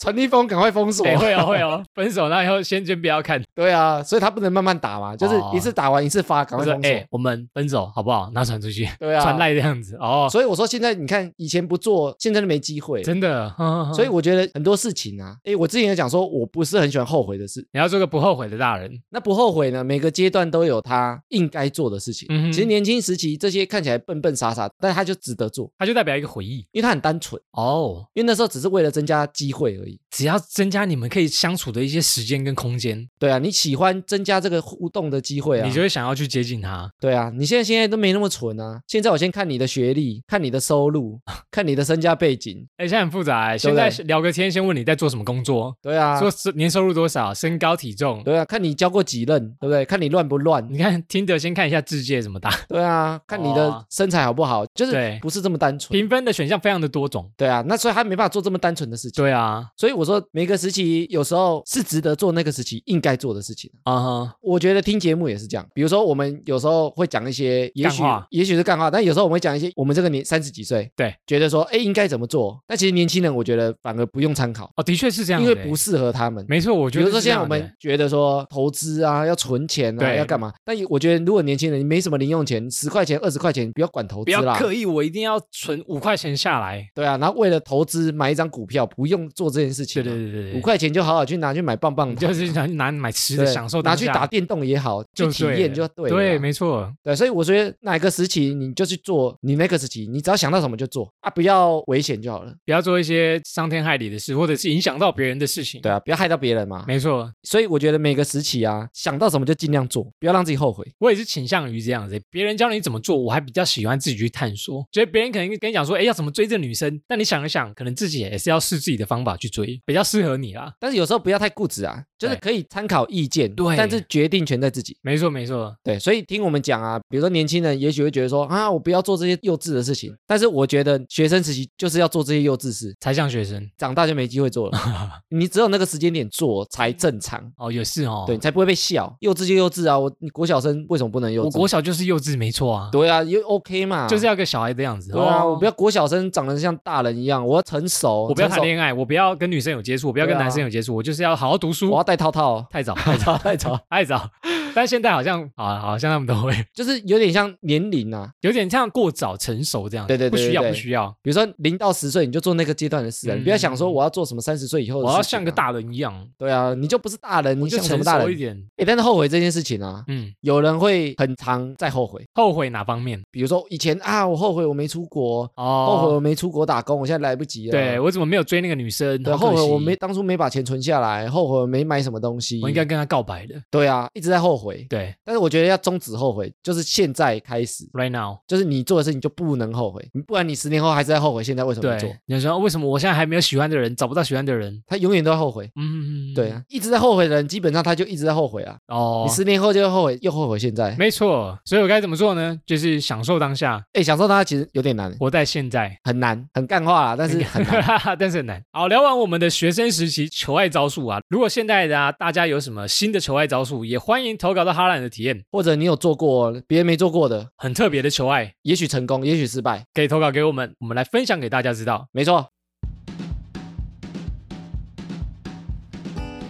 传递封赶快封锁。哎会哦会哦，分手那以后先先不要看， (laughs) 对啊，所以他不能慢慢打嘛，就是哦一次打完一次发，赶我快说封锁。哎、我们分手好不好？拿传出去，对啊，传赖这样子哦，所以我说现在你看，以前不做，现在就没机会。真的，嗯嗯嗯所以我觉得很多事情啊，诶，我之前也讲说，我不是很喜欢后悔的事。你要做个不后悔的大人，那不后悔呢？每个阶段都有他应该做的事情。嗯哼其实年轻时期这些看起来笨笨傻傻，但他就值得做，它就代表一个回忆因为他很单纯，哦。因为那时候只是为了增加机会而已。只要增加你们可以相处的一些时间跟空间，对啊，你喜欢增加这个互动的机会啊你。就会想要去接近他。对啊，你现在现在都没那么蠢啊。现在我先看你的学历，看你的 (laughs) 收入，看你的身家背景。哎，现在很复杂欸，对现不在对聊个天，先问你在做什么工作，对啊，说是年收入多少，身高体重。对啊，看你交过几任，对不对？看你乱不乱。你看听得先看一下字界怎么打，(laughs) 对啊，看你的哇身材好不好，就哦是对不是这么单纯。评分的选项非常的多种。对啊，那所以他没办法做这么单纯的事情。对啊，所以我说，每个时期有时候是值得做那个时期应该做的事情。啊哈，我觉得听节目也是这样，比如说我们有时候会讲一些，也干许话也许是干话，但有时候我们会讲一些我们这个年三十几岁，对，觉得说哎应该怎么做，但其实年轻人我觉得反而不用参考，哦，的确是这样因的为欸，不适合他们。没错，我比觉得如说是现在这我样的欸们觉得说投资啊，要存钱啊，对要干嘛？但我觉得如果年轻人没什么零用钱，十块钱、二十块钱，不要管投不资要啦。刻意，我一定要存五块钱下来。对啊，然后为了投资买一张股票，不用做这件事情对啊。对对对对，五块钱就好好去拿去买棒棒你糖，就是拿拿买吃的，对享受拿当去下打电动也好，去就体对验了就对了啊。对，没错，对，所以我觉得哪个时期你就去做，你那个时期你只要想到什么就做啊，不要危险就好了。不要做一些伤天害理的事，或者是影响到别人的事情。对啊，不要害到别人嘛。没错，所以我觉得每个时期啊，想到什么就尽量做，不要让自己后悔。我也是倾向于这样子，别人教你怎么做，我还比较喜欢自己去探索。觉得别人可能跟你讲说，哎，要怎么追这女生，但你想一想，可能自己也是要试自己的方法去追，比较适合你啦。但是有时候不要太固执啊，就是对可以参考意见，对但是决定权在自己。没错，没错，对，所以听我们讲啊，比如说年轻人也许会觉得说啊，我不要做这些幼稚的事情，但是我觉得学生时期就是要做这些幼稚事，才像学生长大就没机会做 (laughs) 了。你只有那个时间点做才正常，哦，也是哦。对，你，才不会被笑。幼稚就幼稚啊，我你国小生为什么不能幼我稚国？小就是幼稚，没错啊，对啊，又 OK 嘛，就是要个小孩的样子。对啊，哦我不要国小生长得像大人一样，我要成熟，我不要谈成熟恋爱，我不要跟女生有接触，我不要跟对啊男生有接触，我就是要好好读书我。要戴套套， (laughs) 太早，太早，戴套， (laughs) 太早。但现在好像啊，好像他们都会就是有点像年龄啊，有点像过早成熟这样。对对对不需要，对不对需要。比如说零到十岁，你就做那个阶段的事啊，嗯你不要想说我要做什么三十岁以后的事、我要像个，大人一样，对啊，你啊就不是大人，我你就像什成么大熟一人？点。哎，但是后悔这件事情啊，嗯，有人会很常在后悔，后悔哪方面？比如说以前啊，我后悔我没出国，后悔啊哦，我没出国打工，我现在来不及了，对我怎么没有追那个女生？对，啊好可后悔我惜没，当初没把钱存下来，后悔我没买什么东西，我应该跟她告白的。对啊，一直在后悔。对但是我觉得要终止后悔，就是现在开始， ，right now，就是你做的事情就不能后悔，不然你十年后还是在后悔现在为什么没做对，，你说为什么我现在还没有喜欢的人，找不到喜欢的人？他永远都在后悔。嗯，对，啊，一直在后悔的人，基本上他就一直在后悔啊。哦你，十年后就会后悔，又后悔现在。 (laughs) 没错。所以我该怎么做呢？就是享受当下，哎，享受它其实有点难，活在现在。很难，很干话啦，但是很 (laughs) 难。哈哈， (laughs) 但是很难。好，聊完我们的学生时期求爱招数啊，如果现在的啊，大家有什么新的求爱招数，也欢迎投稿到哈兰的体验，或者你有做过别人没做过的，很特别的求爱，也许成功，也许失败，可以投稿给我们，我们来分享给大家知道。没错。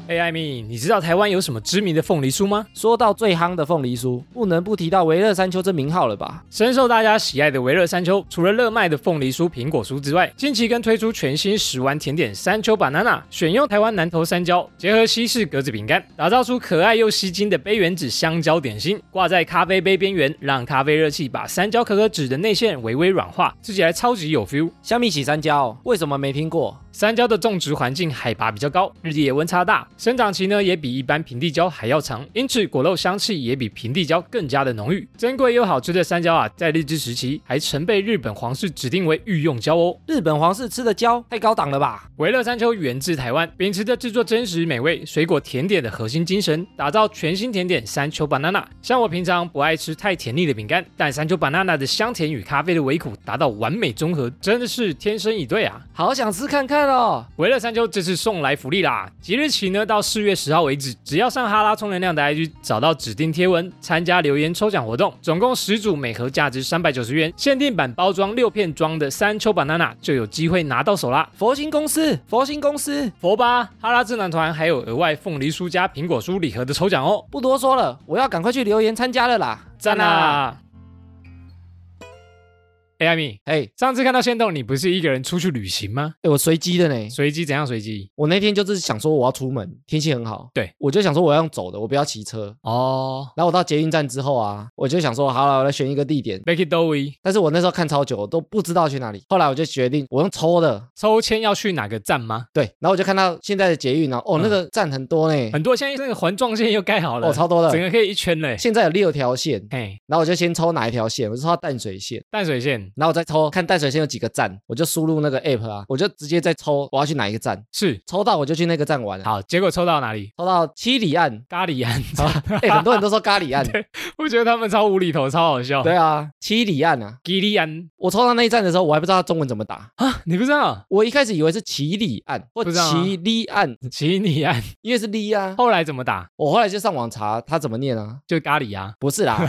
哎，艾米，你知道台湾有什么知名的凤梨酥吗？说到最夯的凤梨酥，不能不提到维乐山丘这名号了吧？深受大家喜爱的维乐山丘，除了热卖的凤梨酥、苹果酥之外，近期更推出全新食玩甜点山丘 banana，选用台湾南投山椒，结合西式格子饼干，打造出可爱又吸睛的杯原子香蕉点心，挂在咖啡杯边缘，让咖啡热气把山椒可可脂的内馅微微软化，吃起来超级有 feel。香蜜起山椒，为什么没听过？三礁的种植环境海拔比较高，日夜温差大，生长期呢也比一般平地蕉还要长，因此果肉香气也比平地蕉更加的浓郁。珍贵又好吃的山椒啊，在日治时期还曾被日本皇室指定为御用椒哦。日本皇室吃的椒太高档了吧？维乐山丘源自台湾，秉持着制作真实美味水果甜点的核心精神，打造全新甜点山丘 banana。像我平常不爱吃太甜腻的饼干，但山丘 banana 的香甜与咖啡的微苦达到完美综合，真的是天生一对啊！好想吃看看哦！维乐山丘这次送来福利啦！即日起呢到四月十号为止，只要上哈拉充能量的 IG 找到指定贴文，参加留言抽奖活动，总共十组，每盒价值三百九十元，限定版包装六片装的山丘 banana 就有机会拿到手啦！佛心公司，佛心公司，佛吧、哈拉智囊团还有额外凤梨酥加苹果酥礼盒的抽奖哦，不多说了，我要赶快去留言参加了啦！啊赞！啊啦！哎，艾米，哎、上次看到仙豆，你不是一个人出去旅行吗？哎，我随机的呢。随机怎样随机？我那天就是想说我要出门，天气很好，对我就想说我要用走的，我不要骑车。哦然后我到捷运站之后啊，我就想说好了，我来选一个地点。 ，Becky Dowie 但是我那时候看超久，我都不知道去哪里。后来我就决定我用抽的，抽签要去哪个站吗？对。然后我就看到现在的捷运啊，哦，嗯那个站很多呢，很多现在那个环状线又盖好了，哎哦，超多整的。个可以一圈嘞。现在有六条线，嘿，然后我就先抽哪一条线，我就抽到淡水线，淡水线然后我再抽看淡水线有几个站，我就输入那个 app 啊，我就直接再抽我要去哪一个站，是抽到我就去那个站玩。，啊好，结果抽到哪里？抽到七里岸，咖喱 (laughs) 岸，哎、很多人都说咖喱岸， (laughs) 我觉得他们超无厘头，超好笑。对，啊，七里岸啊，吉利岸我抽到那一站的时候，我还不知道它中文怎么打。啊，你不知道？我一开始以为是奇里岸或不知道啊奇里岸，吉利岸因为是里啊。后来怎么打？我后来就上网查它怎么念啊，就咖喱啊，不是 (laughs) 啦，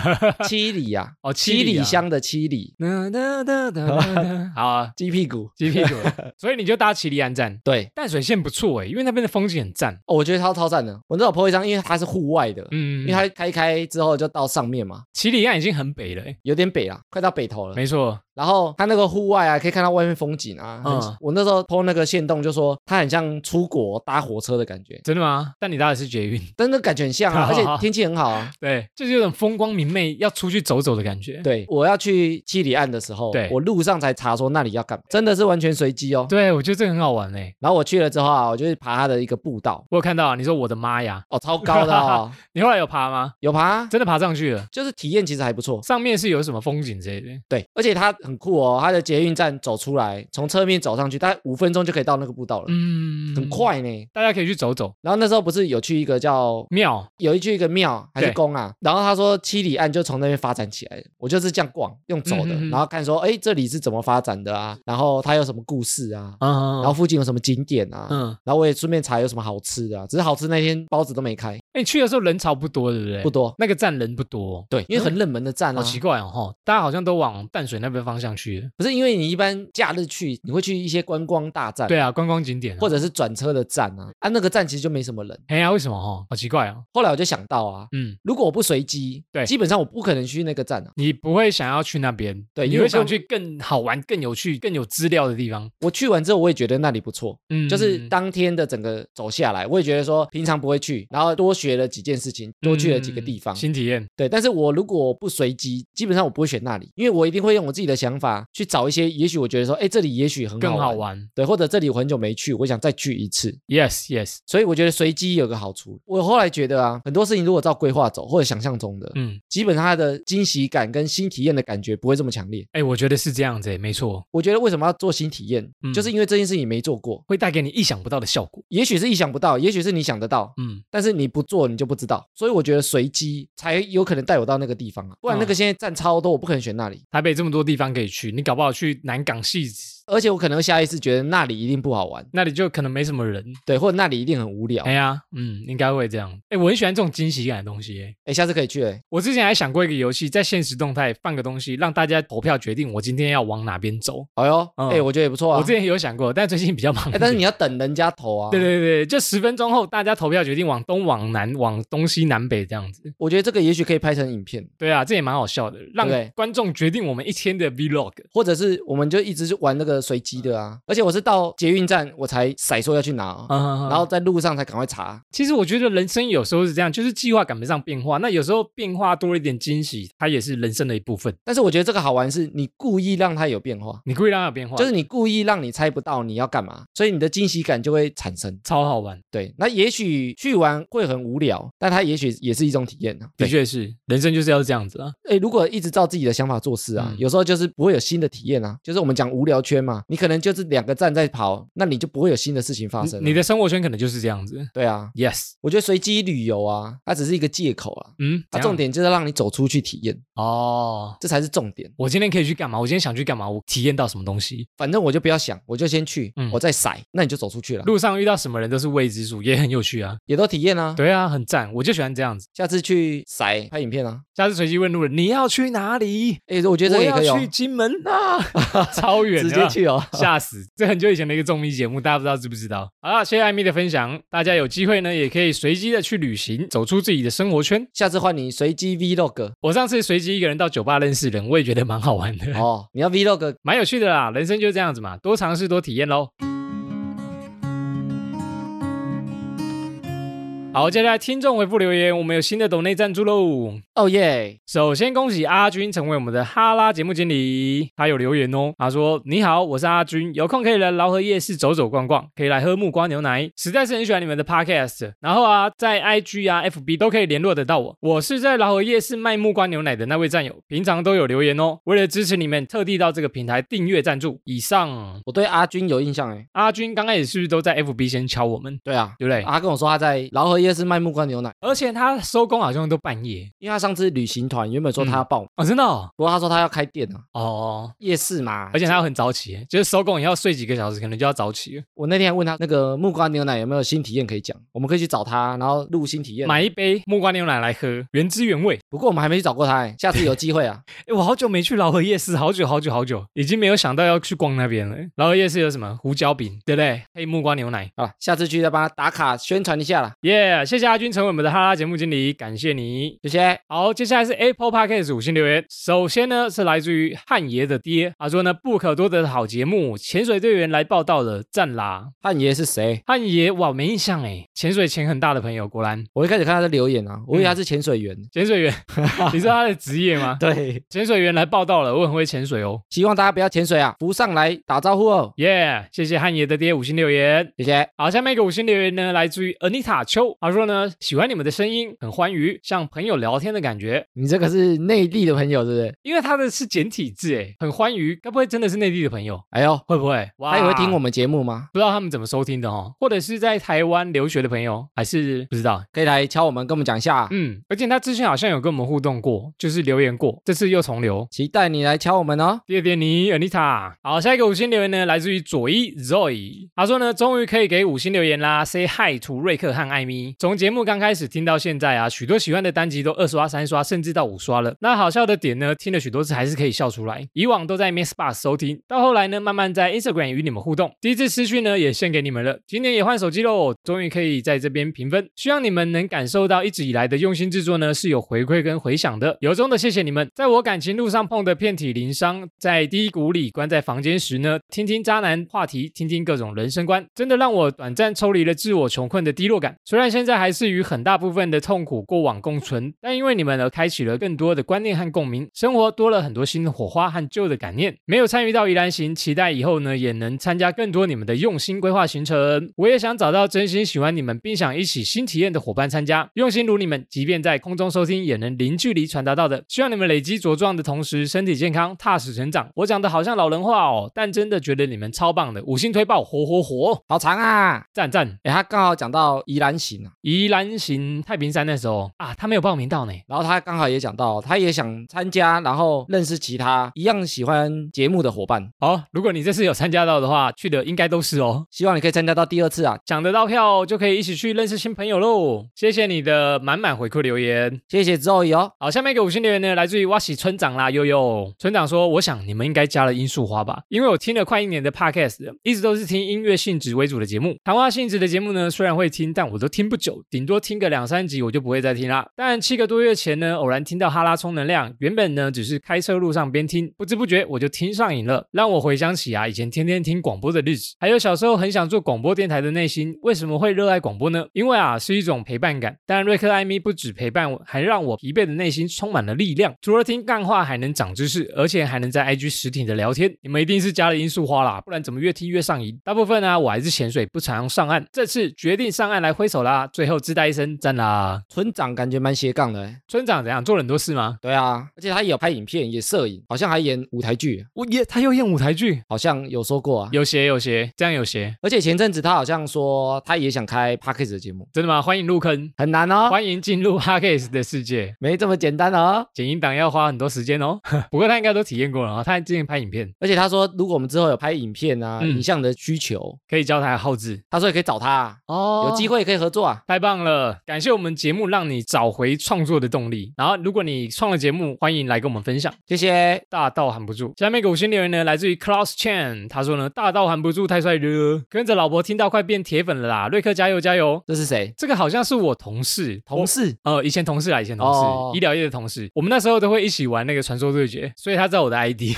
七里啊，哦，七里里啊。嗯香的七里，哒哒哒哒哒哒 (laughs) 好啊，鸡屁股。鸡屁股了。 (laughs) 所以你就搭奇里安站，对，淡水线不错欸诶，因为那边的风景很赞。哦，我觉得超超赞的。我那有 po 一张，因为它是户外的，嗯，因为它开开之后就到上面嘛，奇里岸已经很北了诶，有点北啦，快到北头了。没错，然后它那个户外啊，可以看到外面风景啊。很嗯我那时候 po 那个线动就说它很像出国搭火车的感觉，真的吗？但你搭的是捷运，但那感觉很像 (laughs) 啊，好而且好好天气很好 (laughs) 啊。对，就是有种风光明媚，要出去走走的感觉。对，我要去七里岸的时候，对我路上才查说那里要干嘛，真的是完全随机哦。对，我觉得这个很好玩诶。然后我去了之后啊，我就去爬它的一个步道，我有看到啊，你说我的妈呀，哦，超高 (laughs) 的哦，你后来有爬吗？有爬，真的爬上去了，就是体验其实还不错。上面是有什么风景之类的？对，而且它很酷哦，它的捷运站走出来，从侧面走上去，大概五分钟就可以到那个步道了，嗯，很，快呢。大家可以去走走。然后那时候不是有去一个叫庙有一去一个庙还是对宫啊，然后他说七里岸就从那边发展起来的，我就是这样逛用走的，嗯哼哼然后看说哎这里是怎么发展的啊，然后它有什么故事啊，啊然后附近有什么景点啊，嗯，哎、然后我也顺便查有什么好吃的、啊，只是好吃那天包子都没开，欸你去的时候人潮不多，对不对？不多。那个站人不多，哦嗯对，因为很冷门的站啊，好奇怪哦，吼大家好像都往淡水那边方向去了。不是因为你一般假日去，你会去一些观光大站，，对啊，观光景点、啊、哎或者者是转车的站啊，啊那个站其实就没什么人。哎呀，为什么哦？好奇怪哦。后来我就想到啊，嗯，如果我不随机，对基本上我不可能去那个站啊，你不会想要去那边，对你因会为我想根去更好玩、更有趣、更有资料的地方。我去完之后我也觉得那里不错。嗯，就是当天的整个走下来，我也觉得说平常不会去，然后多学了几件事情，多去了几个地方，嗯新体验。对。但是我如果不随机，基本上我不会选那里，因为我一定会用我自己的想法去找一些，也许我觉得说，哎，这里也许很更好好玩，玩对，或者这里我很久没去，我想再去一次。 ，yes yes，所以我觉得随机有个好处，我后来觉得啊，很多事情如果照规划走或者想象中的，嗯，基本上它的惊喜感跟新体验的感觉不会这么强烈。哎、我觉得是这样子、哎没错，我觉得为什么要做新体验，嗯就是因为这件事情没做过，会带给你意想不到的效果。也许是意想不到，也许是你想得到，嗯，但是你不做，你就不知道。所以我觉得随机才有可能带我到那个地方啊，不然嗯那个现在站超多，我不可能选那里。台北这么多地方可以去，你搞不好去南港戏子，而且我可能下意识觉得那里一定不好玩，那里就可能没什么人。对，或者那里一定很无聊。哎哎、呀，嗯，应该会这样。哎，我很喜欢这种惊喜感的东西。哎，下次可以去、欸。我之前还想过一个游戏，在现实动态放个东西，让大家投票决定我今天要往哪边走。哎呦，哎、嗯我觉得也不错啊。我之前有想过，但最近比较忙一哎、点。但是你要等人家投啊。对对对，就十分钟后大家投票决定往东、往南、往东西南北这样子。我觉得这个也许可以拍成影片，对啊，这也蛮好笑的，让对观众决定我们一天的 vlog。或者是我们就一直就玩那个个随机的啊，而且我是到捷运站我才甩说要去拿哦、嗯，然后在路上才赶快查。其实我觉得人生有时候是这样，就是计划赶不上变化。那有时候变化多了一点惊喜，它也是人生的一部分。但是我觉得这个好玩是你故意让它有变化，你故意让它有变化，就是你故意让你猜不到你要干嘛，所以你的惊喜感就会产生。超好玩。对，那也许去玩会很无聊，但它也许也是一种体验啊。的确是，人生就是要这样子啊。哎，如果一直照自己的想法做事啊，嗯有时候就是不会有新的体验啊。就是我们讲无聊圈嘛，你可能就是两个站在跑，那你就不会有新的事情发生啊、你的生活圈可能就是这样子。对啊， Yes，我觉得随机旅游啊，它只是一个借口啊，嗯，它怎样重点就是让你走出去体验，哦。这才是重点。我今天可以去干嘛？我今天想去干嘛？我体验到什么东西？反正我就不要想，我就先去，嗯我再甩，那你就走出去了，路上遇到什么人都是未知数，也很有趣啊。也都体验啊。对啊，很赞，我就喜欢这样子。下次去甩拍影片啊。下次随机问路人，你要去哪里？哎，我觉得这我个也要可以、哦去，啊金门啊， (laughs) 超远，直有没接有去哦。 (laughs) 吓死！这很久以前的一个综艺节目，大家不知道知不知道？好啦，谢谢艾米的分享，大家有机会呢也可以随机的去旅行，走出自己的生活圈。下次换你随机 vlog 我上次随机一个人到酒吧认识人，我也觉得蛮好玩的，哦，你要 vlog (laughs) 蛮有趣的啦。人生就这样子嘛，多尝试多体验喽。好，接下来听众回复留言，我们有新的抖内赞助喽。哦耶，首先恭喜阿军成为我们的哈拉节目经理，他有留言哦，他说：“你好，我是阿军，有空可以来劳合夜市走走逛逛，可以来喝木瓜牛奶，实在是很喜欢你们的 podcast。然后啊，在 IG 啊、FB 都可以联络得到我，我是在劳合夜市卖木瓜牛奶的那位战友，平常都有留言哦。为了支持你们，特地到这个平台订阅赞助。以上，我对阿军有印象哎。阿军刚开始是不是都在 FB 先敲我们，对啊，对不对？啊他跟我说他在饶河夜市卖木瓜牛奶，而且他收工好像都半夜因为他上次旅行团原本说他要报，哦，真的哦。不过他说他要开店啊，哦夜市嘛。而且他要很早起，就是收工以后睡几个小时，可能就要早起了我那天还问他那个木瓜牛奶有没有新体验可以讲，我们可以去找他，然后录新体验。买一杯木瓜牛奶来喝，原汁原味。不过我们还没去找过他欸，下次有机会 (laughs) 啊。哎，我好久没去老河夜市，好久好久好久，已经没有想到要去逛那边了。老河夜市有什么胡椒饼，对不对？配木瓜牛奶。好了，啊下次去再帮他打卡宣传一下啦，耶、谢谢阿军成为我们的哈拉节目经理，感谢你。谢谢。好，接下来是 Apple Podcast 五星留言。首先呢是来自于汉爷的爹，他说呢不可多得的好节目，潜水队员来报道了，赞啦！汉爷是谁？汉爷哇没印象哎，潜水潜很大的朋友，果然我一开始看他的留言啊，我嗯以为他是潜水员。 (laughs) 潜水员，你知道他的职业吗？对，潜水员来报道了，我很会潜水哦。 (laughs) 希望大家不要潜水啊，浮上来打招呼哦，耶谢谢汉爷的爹五星留言。谢谢。好，下面一个五星留言呢，来自于 Anita 秋，她说呢，喜欢你们的声音，很欢愉，像朋友聊天的感觉。你这个是内地的朋友是不是？因为他的是简体字，诶，很欢愉，该不会真的是内地的朋友？哎呦，会不会？哇他也会听我，们节目吗？不知道他们怎么收听的哦，或者是在台湾留学的朋友，还是不知道。可以来敲我们，跟我们讲一下啊。嗯，而且他之前好像有跟我们互动过，就是留言过，这次又重留。期待你来敲我们哦。谢谢你，Anita。好，下一个五星留言呢，来自于左一 Zoe，他说呢，终于可以给五星留言啦，say hi to 瑞克和艾米。从节目刚开始听到现在啊，许多喜欢的单集都二刷、三刷，甚至到五刷了。那好笑的点呢，听了许多次还是可以笑出来。以往都在 Miss Bar 收听，到后来呢，慢慢在 Instagram 与你们互动。第一次私讯呢，也献给你们了。今年也换手机喽，终于可以在这边评分。希望你们能感受到一直以来的用心制作呢，是有回馈跟回响的。由衷的谢谢你们，在我感情路上碰得遍体鳞伤，在低谷里关在房间时呢，听听渣男话题，听听各种人生观，真的让我短暂抽离了自我穷困的低落感。虽然现在还是与很大部分的痛苦过往共存，但因为你们而开启了更多的观念和共鸣，生活多了很多新的火花和旧的感念。没有参与到宜兰行，期待以后呢也能参加更多你们的用心规划行程。我也想找到真心喜欢你们并想一起新体验的伙伴参加，用心如你们，即便在空中收听，也能零距离传达到的。希望你们累积茁壮的同时，身体健康，踏实成长。我讲的好像老人话哦，但真的觉得你们超棒的，五星推爆，火火火，好长啊！赞赞！哎，他刚好讲到宜兰行啊，宜兰行太平山那时候啊，他没有报名到呢。然后他刚好也讲到，他也想参加，然后认识其他一样喜欢节目的伙伴，好、哦如果你这次有参加到的话，去的应该都是哦。希望你可以参加到第二次啊！抢得到票就可以一起去认识新朋友喽！谢谢你的满满回馈留言。谢谢 Zoe 哦，好，下面一个五星留言呢，来自于哇喜村长啦，悠悠村长说：“我想你们应该加了罂粟花吧，因为我听了快一年的 podcast，了一直都是听音乐性质为主的节目，谈话性质的节目呢，虽然会听，但我都听不不久，顶多听个两三集，我就不会再听啦。但七个多月前呢，偶然听到哈拉充能量，原本呢只是开车路上边听，不知不觉我就听上瘾了，让我回想起啊以前天天听广播的日子，还有小时候很想做广播电台的内心。为什么会热爱广播呢？因为啊是一种陪伴感。但瑞克艾米不止陪伴我，还让我疲惫的内心充满了力量。除了听干话，还能长知识，而且还能在 IG 实体的聊天。你们一定是加了因素花啦，不然怎么越听越上瘾？大部分呢、啊我还是潜水，不常上岸。这次决定上岸来挥手啦，最后自带一声赞啦。村长感觉蛮斜杠的、欸，村长怎样做了很多事吗？对啊，而且他也有拍影片，也摄影，好像还演舞台剧，我也哦他又演舞台剧，好像有说过啊。有鞋有鞋，这样有鞋，而且前阵子他好像说他也想开 p a c k a g e 的节目，真的吗？欢迎入坑，很难哦，欢迎进入 Podcast 的世界。没这么简单哦。剪音档要花很多时间哦， (laughs) 不过他应该都体验过了啊、他之前拍影片，而且他说，如果我们之后有拍影片啊、嗯影像的需求，可以教他耗字他说也可以找他、啊，哦有机会可以合作啊。太棒了！感谢我们节目让你找回创作的动力。然后，如果你创了节目，欢迎来跟我们分享。谢谢，大到含不住。下面一个五星留言呢，来自于 Klaus Chan，他说呢，大到含不住，太帅了，跟着老婆听到快变铁粉了啦，瑞克加油加油！这是谁？这个好像是我同事，同事呃，以前同事啊，以前同事，哦医疗业的同事，我们那时候都会一起玩那个传说对决，所以他知道我的 (laughs) ID，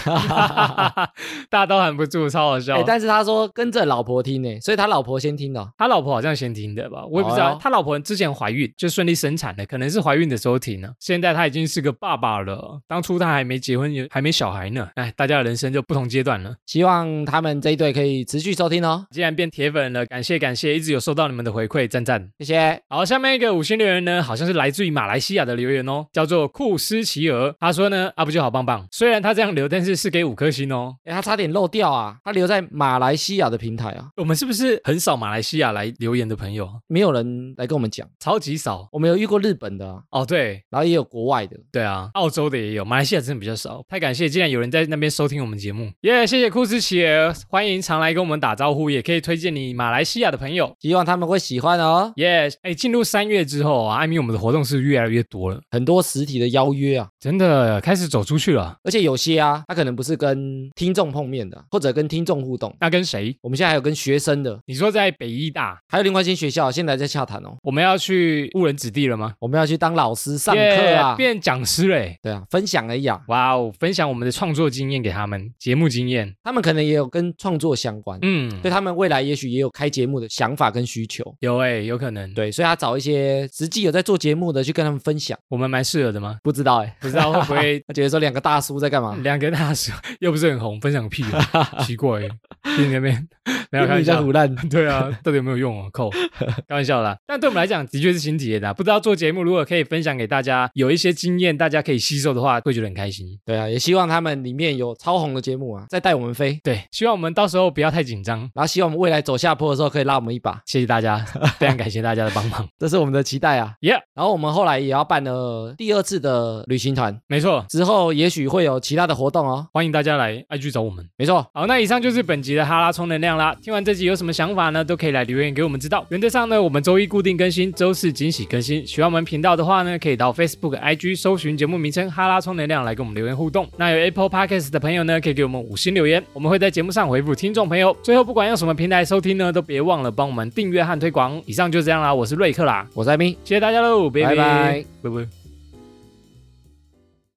大到含不住，超好笑。哎、但是他说跟着老婆听呢、所以他老婆先听的哦、他老婆好像先停的吧，我也不知哎道。呦他老婆之前怀孕就顺利生产了，可能是怀孕的时候停了。现在他已经是个爸爸了，当初他还没结婚，也还没小孩呢。哎，大家的人生就不同阶段了。希望他们这一对可以持续收听哦，既然变铁粉了，感谢感谢，一直有收到你们的回馈，赞赞。谢谢。好，下面一个五星留言呢，好像是来自于马来西亚的留言哦，叫做库斯奇尔。他说呢，阿布就好棒棒，虽然他这样留，但是是给五颗星哦。哎、他差点漏掉啊，他留在马来西亚的平台啊，我们是不是很少马来西亚来留言的朋友？没有人来跟我们讲。超级少我们有遇过日本的、啊，哦，对，然后也有国外的，对啊，澳洲的也有，马来西亚真的比较少。太感谢，竟然有人在那边收听我们节目，耶、谢谢库斯奇尔，欢迎常来跟我们打招呼，也可以推荐你马来西亚的朋友。希望他们会喜欢哦。耶、哎，进入三月之后啊，艾米，我们的活动是越来越多了，很多实体的邀约啊，真的开始走出去了。而且有些啊，他可能不是跟听众碰面的，啊或者跟听众互动。那跟谁？我们现在还有跟学生的，你说在北医大，还有另外一间学校，现在在洽谈哦。我们要去误人子弟了吗？我们要去当老师上课啊 Yeah，变讲师嘞！对啊，分享而已啊。哇哦，分享我们的创作经验给他们，节目经验。他们可能也有跟创作相关，嗯，对他们未来也许也有开节目的想法跟需求。有哎、有可能。，对，所以他找一些实际有在做节目的去跟他们分享。我们蛮适合的吗？不知道哎、不知道会不 (laughs) 会他觉得说两个大叔在干嘛？两个大叔又不是很红，分享个屁、 (laughs) 啊，奇怪欸，去你那边没有开玩你在笑胡。乱。对啊，到底有没有用啊？ (laughs) 扣，开玩笑啦。但对我们来讲，的确是新体验的啊、不知道做节目，如果可以分享给大家有一些经验，大家可以吸收的话，会觉得很开心。对啊，也希望他们里面有超红的节目啊，再带我们飞。对，希望我们到时候不要太紧张。然后希望我们未来走下坡的时候可以拉我们一把，谢谢大家，非常感谢大家的帮忙。这是我们的期待啊。 Yeah，然后我们后来也要办了第二次的旅行团，没错，之后也许会有其他的活动哦。欢迎大家来 IG 找我们。没错，好，那以上就是本集的哈拉充能量啦。听完这集有什么想法呢？都可以来留言给我们知道。原则上呢，我们周一固定更新，周四惊喜更新。喜欢我们频道的话呢，可以到 Facebook、IG 搜寻节目名称“哈拉充能量”来跟我们留言互动。那有 Apple Podcast 的朋友呢，可以给我们五星留言，我们会在节目上回复听众朋友。最后，不管用什么平台收听呢，都别忘了帮我们订阅和推广。以上就这样啦，我是瑞克啦，我是艾米，谢谢大家喽，拜拜拜拜拜。